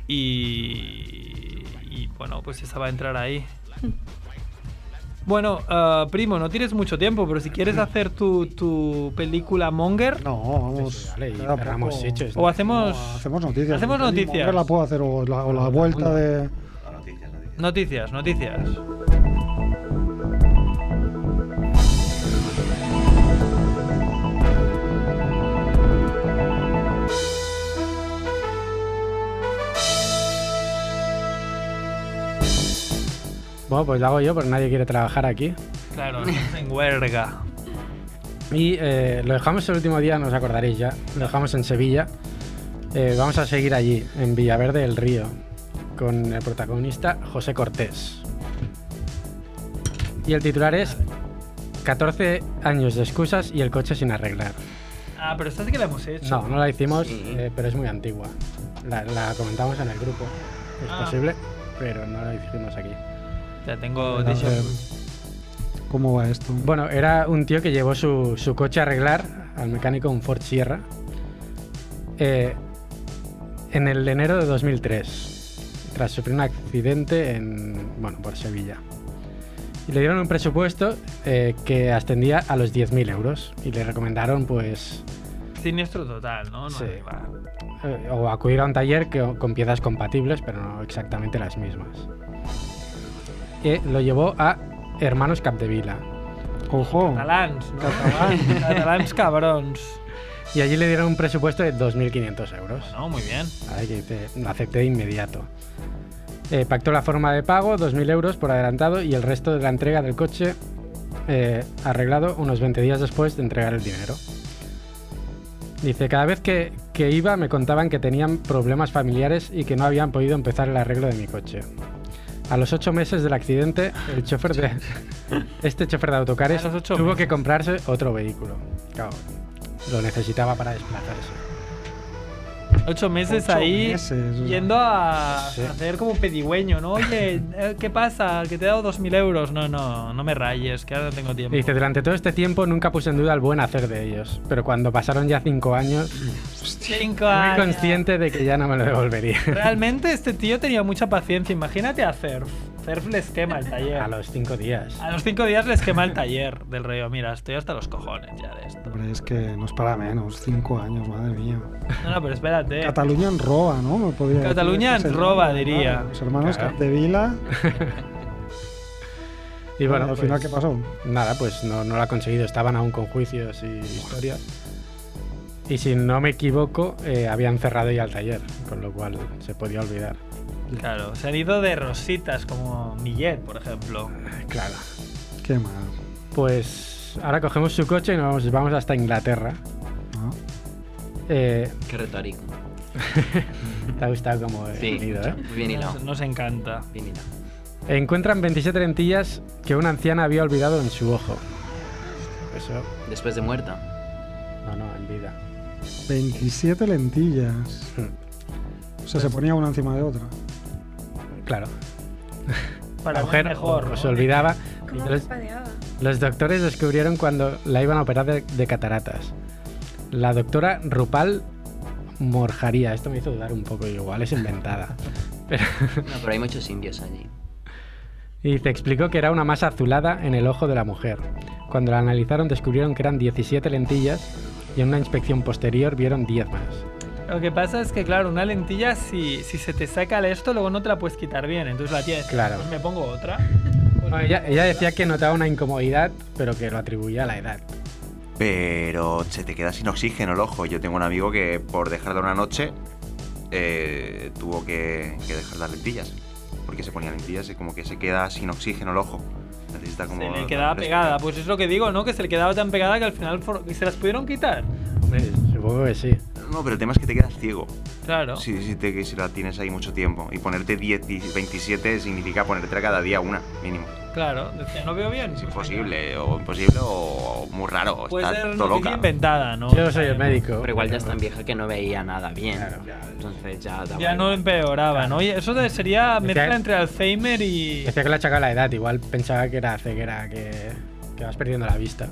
[SPEAKER 1] y, y, bueno, pues esa va a entrar ahí. Bueno, ah, primo, no tienes mucho tiempo, pero si quieres hacer tu, tu película Monger...
[SPEAKER 2] No, vamos. queda Pues poco.
[SPEAKER 1] O hacemos...
[SPEAKER 2] No, hacemos noticias.
[SPEAKER 1] Hacemos
[SPEAKER 2] Yo digo,
[SPEAKER 1] noticias.
[SPEAKER 2] hombre, la puedo hacer o la, o la vuelta de.
[SPEAKER 1] Noticias, noticias.
[SPEAKER 3] Bueno, pues lo hago yo, pero nadie quiere trabajar aquí.
[SPEAKER 1] Claro, estás en huelga.
[SPEAKER 3] Y eh, lo dejamos el último día, no os acordaréis ya. Lo dejamos en Sevilla. Eh, vamos a seguir allí, en Villaverde del Río, con el protagonista José Cortés. Y el titular es 14 años de excusas y el coche sin arreglar.
[SPEAKER 1] Ah, pero esta sí que la hemos hecho.
[SPEAKER 3] No, no la hicimos, eh, pero es muy antigua. La, la comentamos en el grupo, es
[SPEAKER 1] Ah.
[SPEAKER 3] posible, pero no la hicimos aquí.
[SPEAKER 1] Ya tengo...
[SPEAKER 3] No,
[SPEAKER 1] déjà
[SPEAKER 3] eh,
[SPEAKER 1] vu.
[SPEAKER 2] ¿Cómo va esto?
[SPEAKER 3] Bueno, era un tío que llevó su, su coche a arreglar al mecánico un Ford Sierra eh, en el enero de 2003, tras sufrir un accidente en, bueno, por Sevilla. Y le dieron un presupuesto eh, que ascendía a los 10.000 euros y le recomendaron pues
[SPEAKER 1] Siniestro total, ¿no? no
[SPEAKER 3] Sí.
[SPEAKER 1] hay más.
[SPEAKER 3] eh, o acudir a un taller que, con piezas compatibles pero no exactamente las mismas. Y lo llevó a Hermanos Capdevila.
[SPEAKER 2] Ojo.
[SPEAKER 1] Catalans, ¿no? Catalans, catalans cabrons.
[SPEAKER 3] Y allí le dieron un presupuesto de 2.500 euros.
[SPEAKER 1] No, muy bien.
[SPEAKER 3] Ahí que dice, lo acepté de inmediato. Eh, pactó la forma de pago, 2.000 euros por adelantado y el resto de la entrega del coche eh, arreglado unos 20 días después de entregar el dinero. Dice, cada vez que, que iba me contaban que tenían problemas familiares y que no habían podido empezar el arreglo de mi coche. A los ocho meses del accidente, el chofer de, este chofer de autocares
[SPEAKER 1] A los ocho
[SPEAKER 3] tuvo
[SPEAKER 1] meses.
[SPEAKER 3] que comprarse otro vehículo. Claro, lo necesitaba para desplazarse.
[SPEAKER 1] Ocho meses
[SPEAKER 3] Ocho
[SPEAKER 1] ahí
[SPEAKER 3] meses, o sea.
[SPEAKER 1] yendo a
[SPEAKER 3] Sí.
[SPEAKER 1] hacer como pedigüeño, ¿no? Oye, eh, ¿qué pasa? Que te he dado dos mil euros. No, no, no me rayes, que ahora no tengo tiempo.
[SPEAKER 3] Dice, durante todo este tiempo nunca puse en duda el buen hacer de ellos, pero cuando pasaron ya cinco años,
[SPEAKER 1] Cinco
[SPEAKER 3] fui
[SPEAKER 1] años.
[SPEAKER 3] consciente de que ya no me lo devolvería.
[SPEAKER 1] Realmente este tío tenía mucha paciencia. Imagínate a Cerf. Cerf les quema el taller.
[SPEAKER 3] A los cinco días.
[SPEAKER 1] A los cinco días les quema el taller del reo. Mira, estoy hasta los cojones ya de esto.
[SPEAKER 2] Hombre, es que no es para menos, cinco años, madre mía.
[SPEAKER 1] No, no, pero espérate.
[SPEAKER 2] Cataluña en roba, ¿no? Me podría decir,
[SPEAKER 1] Cataluña
[SPEAKER 2] es
[SPEAKER 1] en
[SPEAKER 2] el-
[SPEAKER 1] roba, diría.
[SPEAKER 2] Los hermanos
[SPEAKER 3] Claro.
[SPEAKER 2] Capdevila.
[SPEAKER 3] Y bueno, pues
[SPEAKER 2] al final, ¿qué pasó?
[SPEAKER 3] Nada, pues no, no lo ha conseguido, estaban aún con juicios y historias. Y si no me equivoco, eh, habían cerrado ya el taller, con lo cual se podía olvidar.
[SPEAKER 1] Claro, se han ido de rositas como Millet, por ejemplo.
[SPEAKER 3] Claro.
[SPEAKER 2] Qué mal.
[SPEAKER 3] Pues ahora cogemos su coche y nos vamos, vamos hasta Inglaterra.
[SPEAKER 2] ¿no?
[SPEAKER 3] Eh,
[SPEAKER 7] Qué retórico.
[SPEAKER 3] te ha gustado como he
[SPEAKER 7] Sí,
[SPEAKER 3] venido, ¿eh?
[SPEAKER 7] muy bien hilado.
[SPEAKER 1] Nos, nos encanta.
[SPEAKER 7] Bien hilado.
[SPEAKER 3] Encuentran 27 lentillas que una anciana había olvidado en su ojo. Eso,
[SPEAKER 7] Después de muerta.
[SPEAKER 3] no, no, en vida.
[SPEAKER 2] 27 lentillas. O sea, se
[SPEAKER 3] Pues-
[SPEAKER 2] ponía una encima de otra.
[SPEAKER 3] Claro.
[SPEAKER 1] Para ver
[SPEAKER 3] Mujer,
[SPEAKER 1] mejor.
[SPEAKER 3] o
[SPEAKER 1] ¿no?
[SPEAKER 3] se olvidaba.
[SPEAKER 11] ¿Cómo
[SPEAKER 3] Los,
[SPEAKER 11] parpadeaba?
[SPEAKER 3] los doctores descubrieron cuando la iban a operar de, de cataratas. La doctora Rupal Morjaría. Esto me hizo dudar un poco, igual es inventada. Pero,
[SPEAKER 7] No, pero hay muchos indios allí.
[SPEAKER 3] y te explicó que era una masa azulada en el ojo de la mujer. Cuando la analizaron descubrieron que eran 17 lentillas y en una inspección posterior vieron 10 más.
[SPEAKER 1] Lo que pasa es que, claro, una lentilla, si, si se te saca el esto, luego no te la puedes quitar bien. Entonces la tienes.
[SPEAKER 3] Claro.
[SPEAKER 1] Pues me pongo otra.
[SPEAKER 3] Bueno, ella, ella decía que notaba una incomodidad, pero que lo atribuía a la edad.
[SPEAKER 5] Pero se te queda sin oxígeno el ojo. Yo tengo un amigo que por dejarla una noche eh, tuvo que, que dejar las lentillas. Porque se ponía lentillas y como que se queda sin oxígeno el ojo. Necesita como...
[SPEAKER 1] Se le quedaba pegada. Pues es lo que digo, ¿no? Que se le quedaba tan pegada que al final for- se las pudieron quitar.
[SPEAKER 3] Hombre, supongo que sí.
[SPEAKER 5] No, pero el tema es que te quedas ciego.
[SPEAKER 1] Claro.
[SPEAKER 5] Si, si, te, si la tienes ahí mucho tiempo. Y ponerte 10, 10, 27 significa ponértela cada día una, mínimo.
[SPEAKER 1] Claro. Decía, no veo bien. Pues
[SPEAKER 5] Es imposible, o imposible, o muy raro.
[SPEAKER 1] Puede
[SPEAKER 5] está
[SPEAKER 1] ser
[SPEAKER 5] todo
[SPEAKER 1] noticia
[SPEAKER 5] loca.
[SPEAKER 1] inventada, ¿no?
[SPEAKER 3] Yo soy el médico.
[SPEAKER 7] Pero igual ya es tan vieja que no veía nada bien. Entonces ya da
[SPEAKER 1] Ya
[SPEAKER 7] igual.
[SPEAKER 1] no empeoraba, ¿no? Oye, eso de- sería mezcla entre Alzheimer y.
[SPEAKER 3] Decía que le achacaba la edad, igual pensaba que era ceguera, que, que vas perdiendo la vista.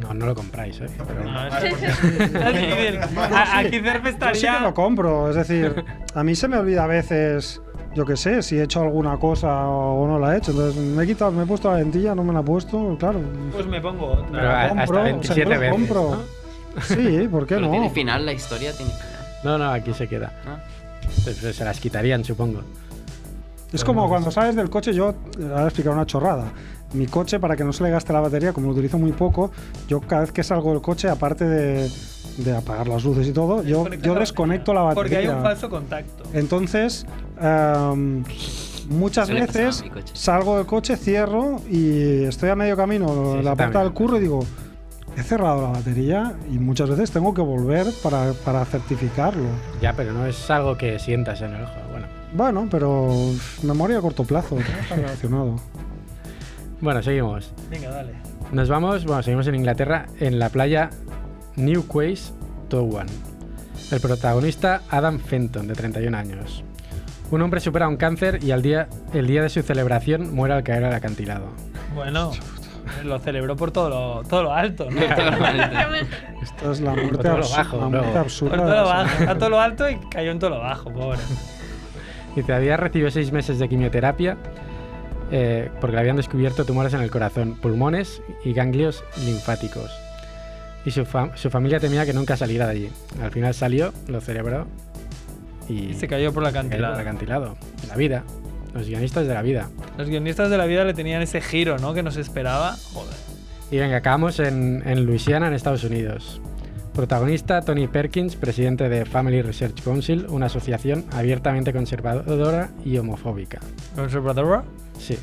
[SPEAKER 3] No, no lo compráis, ¿eh? Pero-
[SPEAKER 1] No, es- es decir, a- Aquí Cerf
[SPEAKER 2] Yo sí que
[SPEAKER 1] estaría.
[SPEAKER 2] lo compro, es decir, a mí se me olvida a veces, yo qué sé, si he hecho alguna cosa o no la he hecho. Entonces me he quitado, me he puesto la lentilla, no me la he puesto, claro.
[SPEAKER 1] Pues me pongo
[SPEAKER 3] pero eh,
[SPEAKER 1] otra.
[SPEAKER 3] a-
[SPEAKER 2] compro, o
[SPEAKER 3] hasta
[SPEAKER 2] sea,
[SPEAKER 3] 27
[SPEAKER 2] yo lo
[SPEAKER 3] veces.
[SPEAKER 2] compro.
[SPEAKER 3] ¿no?
[SPEAKER 2] Sí, ¿por qué
[SPEAKER 7] Pero
[SPEAKER 2] no?
[SPEAKER 7] tiene final, la historia tiene final.
[SPEAKER 3] No, no, aquí se queda.
[SPEAKER 7] ¿no?
[SPEAKER 3] Se, se las quitarían, supongo.
[SPEAKER 2] Es como cuando sales del coche, yo eh, ahora explicar una chorrada. Mi coche, para que no se le gaste la batería, como lo utilizo muy poco, yo cada vez que salgo del coche, aparte de, de apagar las luces y todo, yo,
[SPEAKER 1] Desconecta
[SPEAKER 2] yo
[SPEAKER 1] la
[SPEAKER 2] desconecto la batería.
[SPEAKER 1] Porque hay un falso contacto.
[SPEAKER 2] Entonces, em, muchas
[SPEAKER 7] Eso le pasaba a
[SPEAKER 2] veces
[SPEAKER 7] mi coche.
[SPEAKER 2] salgo del coche, cierro y estoy a medio camino
[SPEAKER 3] Sí,
[SPEAKER 2] la
[SPEAKER 3] eso
[SPEAKER 2] puerta
[SPEAKER 3] también.
[SPEAKER 2] del curro y digo, he cerrado la batería y muchas veces tengo que volver para, para certificarlo.
[SPEAKER 3] Ya, pero no es algo que sientas en el ojo. Bueno,
[SPEAKER 2] Bueno, pero uf, memoria a corto plazo, ¿no? está relacionado.
[SPEAKER 3] bueno seguimos.
[SPEAKER 1] Venga, dale.
[SPEAKER 3] Nos vamos, bueno, seguimos en Inglaterra, en la playa New Quays, Towan. El protagonista, Adam Fenton, de 31 años. Un hombre supera un cáncer y al día, el día de su celebración muere al caer al acantilado.
[SPEAKER 1] Bueno, lo celebró por todo lo, todo lo alto, ¿no?
[SPEAKER 2] Esta es la muerte,
[SPEAKER 3] Otro lo
[SPEAKER 2] absu-
[SPEAKER 3] bajo,
[SPEAKER 2] la
[SPEAKER 3] luego.
[SPEAKER 2] muerte absurda.
[SPEAKER 1] Por
[SPEAKER 2] de
[SPEAKER 1] todo
[SPEAKER 2] la
[SPEAKER 1] lo
[SPEAKER 2] semana.
[SPEAKER 1] bajo, a todo lo alto y cayó en todo lo bajo, pobre.
[SPEAKER 3] Dice, había recibido seis meses de quimioterapia eh, porque le habían descubierto tumores en el corazón, pulmones y ganglios linfáticos. Y su, fa- su familia temía que nunca saliera de allí. Al final salió, lo celebró y...
[SPEAKER 1] Se cayó por la
[SPEAKER 3] cayó por el
[SPEAKER 1] cantidad.
[SPEAKER 3] acantilado. La vida. Los guionistas de la vida.
[SPEAKER 1] Los guionistas de la vida le tenían ese giro, ¿no? Que nos esperaba. Joder.
[SPEAKER 3] Y venga, acabamos en, en Luisiana, en Estados Unidos. Protagonista Tony Perkins, presidente de Family Research Council, una asociación abiertamente conservadora y homofóbica.
[SPEAKER 1] ¿Conservadora?
[SPEAKER 3] Sí.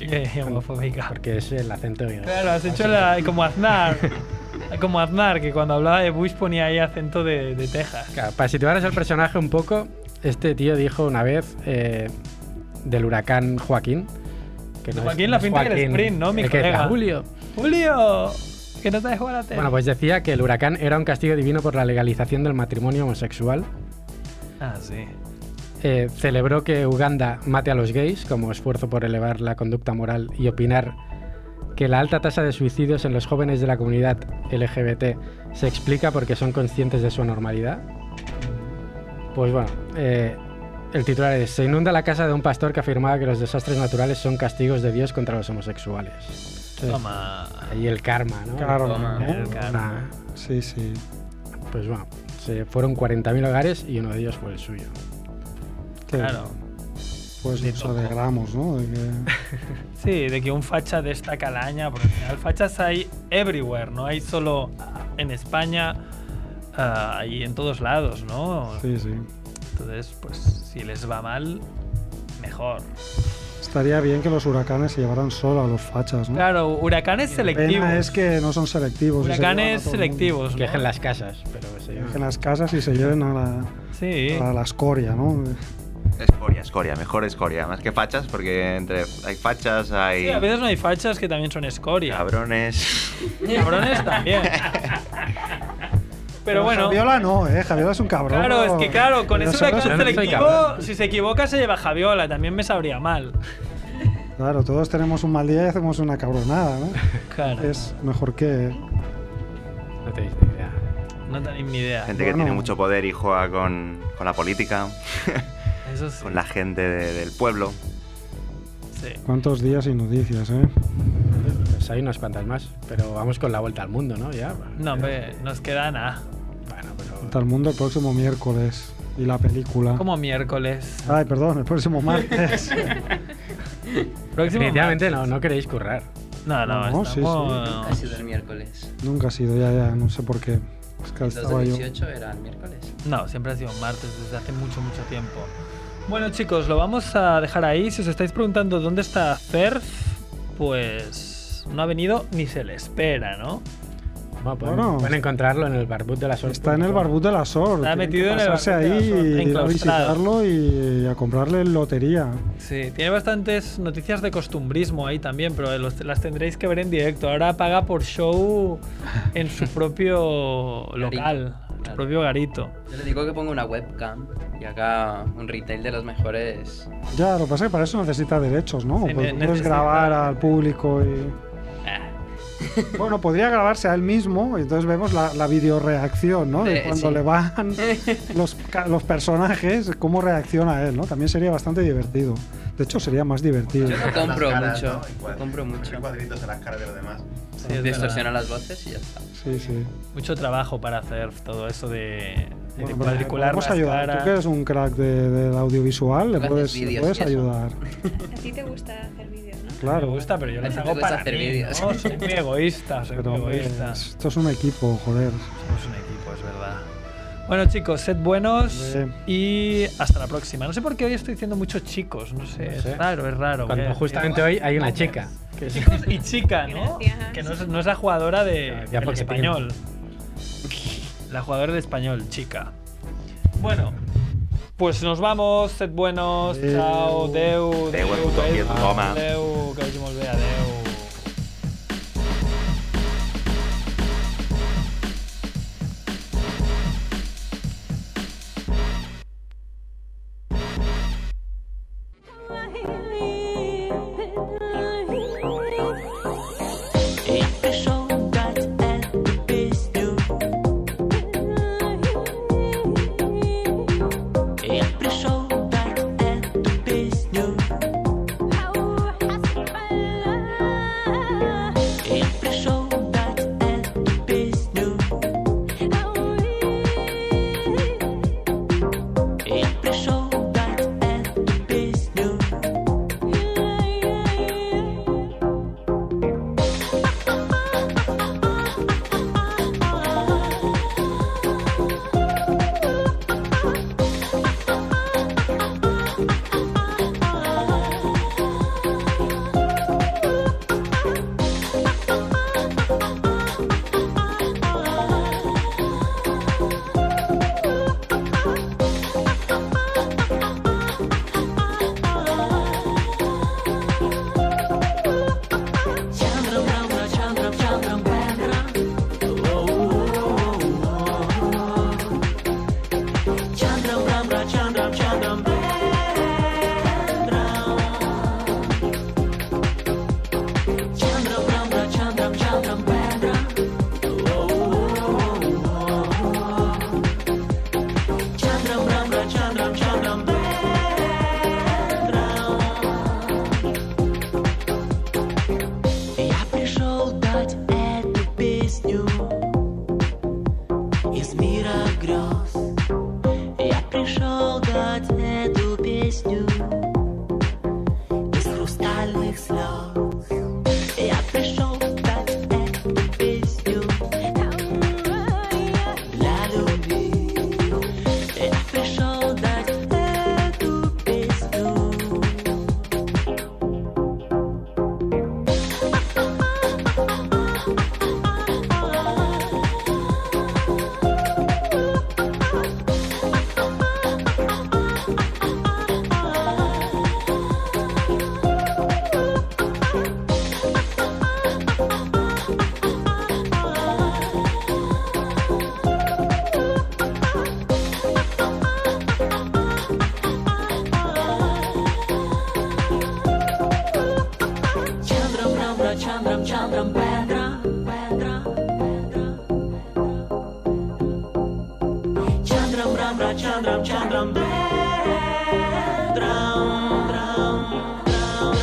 [SPEAKER 1] Eh, homofóbica.
[SPEAKER 3] Porque es el acento.
[SPEAKER 1] Claro, has hecho la, como Aznar. Como Aznar, que cuando hablaba de Bush ponía ahí acento de, de Texas.
[SPEAKER 3] Claro, para situaros el personaje un poco, este tío dijo una vez eh, del huracán Joaquín. Que no es-
[SPEAKER 1] Joaquín
[SPEAKER 3] no
[SPEAKER 1] la
[SPEAKER 3] es
[SPEAKER 1] pinta del
[SPEAKER 3] Joaquín,
[SPEAKER 1] sprint, ¿no? Mi
[SPEAKER 3] el que decía,
[SPEAKER 1] colega.
[SPEAKER 3] Julio.
[SPEAKER 1] ¡Julio! Que no sabes jugar a tenis.
[SPEAKER 3] Bueno, pues decía que el huracán era un castigo divino por la legalización del matrimonio homosexual.
[SPEAKER 1] Ah, sí.
[SPEAKER 3] Eh, celebró que Uganda mate a los gays como esfuerzo por elevar la conducta moral y opinar que la alta tasa de suicidios en los jóvenes de la comunidad LGBT se explica porque son conscientes de su anormalidad. Pues bueno, eh, el titular es, se inunda la casa de un pastor que afirmaba que los desastres naturales son castigos de Dios contra los homosexuales. Entonces,
[SPEAKER 1] Toma.
[SPEAKER 3] Ahí el karma, ¿no? Eh,
[SPEAKER 2] Karma,
[SPEAKER 1] Toma,
[SPEAKER 2] ¿no?
[SPEAKER 1] el karma.
[SPEAKER 2] Sí, sí.
[SPEAKER 3] Pues bueno, se fueron 40.000 hogares y uno de ellos fue el suyo.
[SPEAKER 2] Que,
[SPEAKER 1] Claro.
[SPEAKER 2] Pues nos alegramos, ¿no? De que-
[SPEAKER 1] Sí, de que un facha de esta calaña, porque al final fachas hay everywhere, no hay solo en España, ah, hay en todos lados, ¿no?
[SPEAKER 2] Sí, sí.
[SPEAKER 1] Entonces, pues si les va mal, mejor.
[SPEAKER 2] Estaría bien que los huracanes se llevaran solo a los fachas, ¿no?
[SPEAKER 1] Claro, huracanes
[SPEAKER 2] La
[SPEAKER 1] selectivos.
[SPEAKER 2] pena es que no son selectivos. y se
[SPEAKER 1] Huracanes
[SPEAKER 2] llevan a todo el mundo.
[SPEAKER 1] selectivos. ¿no?
[SPEAKER 3] Que es en las casas, pero se
[SPEAKER 2] Que en las casas y se lleven a la,
[SPEAKER 1] Sí.
[SPEAKER 2] a la escoria, ¿no?
[SPEAKER 5] Escoria, escoria, mejor escoria. Más que fachas, porque entre hay fachas, hay
[SPEAKER 1] Sí, a veces no hay fachas que también son escoria.
[SPEAKER 5] cabrones.
[SPEAKER 1] Cabrones también. Pero bueno.
[SPEAKER 2] Javiola no, ¿eh? Javiola es un cabrón.
[SPEAKER 1] Claro, es que claro, con
[SPEAKER 2] Pero
[SPEAKER 1] ese huracán
[SPEAKER 2] nosotros-
[SPEAKER 1] selectivo, si se equivoca se lleva Javiola, también me sabría mal.
[SPEAKER 2] Claro, todos tenemos un mal día y hacemos una cabronada, ¿no?
[SPEAKER 1] Claro.
[SPEAKER 2] Es mejor que.
[SPEAKER 3] No tenéis ni idea.
[SPEAKER 1] No tenéis ni idea.
[SPEAKER 5] Gente que tiene mucho poder y juega con, con la política,
[SPEAKER 1] Eso sí.
[SPEAKER 5] con la gente de- del pueblo.
[SPEAKER 1] sí.
[SPEAKER 2] ¿Cuántos días sin noticias, eh?
[SPEAKER 3] Pues hay unas cuantas más, pero vamos con la vuelta al mundo, ¿no? Ya.
[SPEAKER 1] No, hombre, nos queda nada.
[SPEAKER 2] Hasta el mundo el próximo miércoles. Y la película.
[SPEAKER 1] Como miércoles.
[SPEAKER 2] Ay, perdón, el próximo martes.
[SPEAKER 1] Próximo
[SPEAKER 3] Definitivamente no, no queréis currar.
[SPEAKER 1] No, no,
[SPEAKER 2] No, sí,
[SPEAKER 1] estamos...
[SPEAKER 4] Ha sido el miércoles.
[SPEAKER 2] Nunca ha sido, ya, ya, no sé por qué. Es que
[SPEAKER 4] El 2
[SPEAKER 2] estaba
[SPEAKER 4] de
[SPEAKER 2] yo.
[SPEAKER 4] 18 era el miércoles.
[SPEAKER 1] No, siempre ha sido un martes desde hace mucho, mucho tiempo. Bueno, chicos, lo vamos a dejar ahí. Si os estáis preguntando dónde está Cerf, pues no ha venido ni se le espera, ¿no?
[SPEAKER 3] Bueno, pueden,
[SPEAKER 2] Bueno.
[SPEAKER 3] pueden encontrarlo en el barbut de la suerte.
[SPEAKER 2] Está en el barbut de la SOR.
[SPEAKER 1] Está
[SPEAKER 2] tienen que
[SPEAKER 1] metido en el
[SPEAKER 2] pasarse
[SPEAKER 1] Barbud de la
[SPEAKER 2] ahí
[SPEAKER 1] Sor,
[SPEAKER 2] y ir a
[SPEAKER 1] enclaustrado.
[SPEAKER 2] visitarlo y, a comprarle lotería.
[SPEAKER 1] Sí, tiene bastantes noticias de costumbrismo ahí también, pero los- las tendréis que ver en directo. Ahora paga por show en su propio local, su
[SPEAKER 4] claro.
[SPEAKER 1] propio garito.
[SPEAKER 4] Yo le digo que ponga una webcam y haga un retail de los mejores.
[SPEAKER 2] Ya, lo que pasa es que para eso necesita derechos, ¿no?
[SPEAKER 1] Sí,
[SPEAKER 2] Porque
[SPEAKER 1] ne-
[SPEAKER 2] tú puedes
[SPEAKER 1] necesita- Ah.
[SPEAKER 2] grabar al público y. Bueno, podría grabarse a él mismo y entonces vemos la, la videoreacción, ¿no? De
[SPEAKER 4] Sí,
[SPEAKER 2] cuando
[SPEAKER 4] sí.
[SPEAKER 2] le van los, ca- los personajes, cómo reacciona él, ¿no? También sería bastante divertido. De hecho, sería más divertido.
[SPEAKER 4] Yo no compro
[SPEAKER 5] Las caras,
[SPEAKER 4] mucho.
[SPEAKER 5] ¿no?
[SPEAKER 4] no compro mucho.
[SPEAKER 5] cuadritos en las caras de los demás.
[SPEAKER 1] Sí, es
[SPEAKER 4] Distorsiona las
[SPEAKER 1] verdad.
[SPEAKER 4] voces y ya está.
[SPEAKER 2] Sí, sí.
[SPEAKER 1] Mucho trabajo para hacer todo eso de, de
[SPEAKER 2] Bueno, pero
[SPEAKER 1] cuadricular
[SPEAKER 2] podemos
[SPEAKER 1] las
[SPEAKER 2] ayudar.
[SPEAKER 1] caras.
[SPEAKER 2] Tú que eres un crack de- del audiovisual,
[SPEAKER 4] Tú
[SPEAKER 2] le
[SPEAKER 4] haces
[SPEAKER 2] puedes, le
[SPEAKER 4] vídeos
[SPEAKER 2] puedes
[SPEAKER 4] y eso.
[SPEAKER 2] ayudar.
[SPEAKER 11] A ti te gusta hacer vídeos, ¿no?
[SPEAKER 1] Me
[SPEAKER 2] Claro.
[SPEAKER 1] gusta, pero yo
[SPEAKER 4] A
[SPEAKER 1] las
[SPEAKER 4] ti te
[SPEAKER 1] hago
[SPEAKER 4] gusta
[SPEAKER 1] para
[SPEAKER 4] hacer
[SPEAKER 1] mí,
[SPEAKER 4] vídeos.
[SPEAKER 1] ¿no? Soy muy egoísta, soy
[SPEAKER 2] Pero,
[SPEAKER 1] muy
[SPEAKER 2] hombre,
[SPEAKER 1] egoísta.
[SPEAKER 2] esto es un equipo, joder.
[SPEAKER 1] Somos un equipo, es verdad. Bueno, chicos, sed buenos
[SPEAKER 2] Hombre.
[SPEAKER 1] y hasta la próxima. No sé por qué hoy estoy diciendo muchos chicos, no sé,
[SPEAKER 3] No
[SPEAKER 1] es
[SPEAKER 3] sé.
[SPEAKER 1] raro, es raro. eh.
[SPEAKER 3] Cuando
[SPEAKER 1] que-
[SPEAKER 3] justamente hoy hay una chica. Que es-
[SPEAKER 1] Chicos y chica, ¿no?
[SPEAKER 11] Gracias.
[SPEAKER 1] Que no es, no es la jugadora de
[SPEAKER 3] Ya
[SPEAKER 1] del
[SPEAKER 3] porque
[SPEAKER 1] español. La jugadora de español, chica. Bueno, pues nos vamos, sed buenos,
[SPEAKER 2] Adeu.
[SPEAKER 1] chao, deu,
[SPEAKER 5] Adeu, el puto
[SPEAKER 1] adeu,
[SPEAKER 5] Viet Coma.
[SPEAKER 1] adeu, que hoxe molt bé, adeu.
[SPEAKER 12] Я пришел дать эту песню. saldrán pedra, pedra, pedra. Chandram, ram, ra, chandram, chandram, pedram, dram, dram, dram,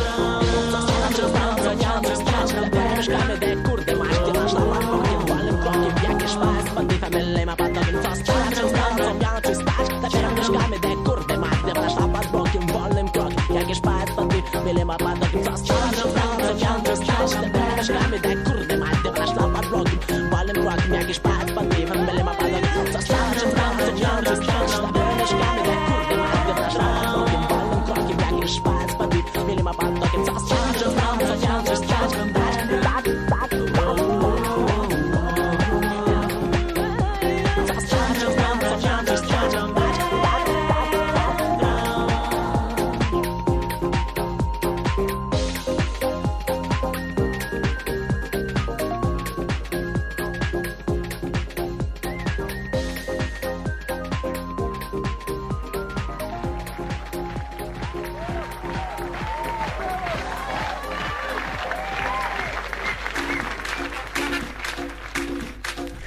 [SPEAKER 12] dram. Chandram, chandram, chandram, chandram, pedra. Szkary, de kurde, masz ty nasz na mak, wirtualnym krokiem, w jakie szpas, bandyta mylnej ma patowym fast. Chandram, chandram, biały stać, zacieram myszkami, de kurde, masz ty nasz na mak, blokiem, wolnym krokiem, jakie szpas, bandyta mylnej ma patowym fast. Chandram, chandram, chandram, chandram, pedra. Szkamy, de kurde, masz ty nasz na mak, blokiem, wolnym krokiem, jakie szpas, bandyta mylnej ma patowym fast. Chandram, chandram, chandram, chandram, pedra. Szkamy, de kurde, masz ty nasz na mak, blokiem, wolnym krokiem, jakie szpas, bandyta mylnej ma patowym fast. Chandram, chandram, chandram, chandram, pedra.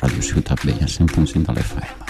[SPEAKER 13] Radio Ciutat Vella 100.5 de l'FM.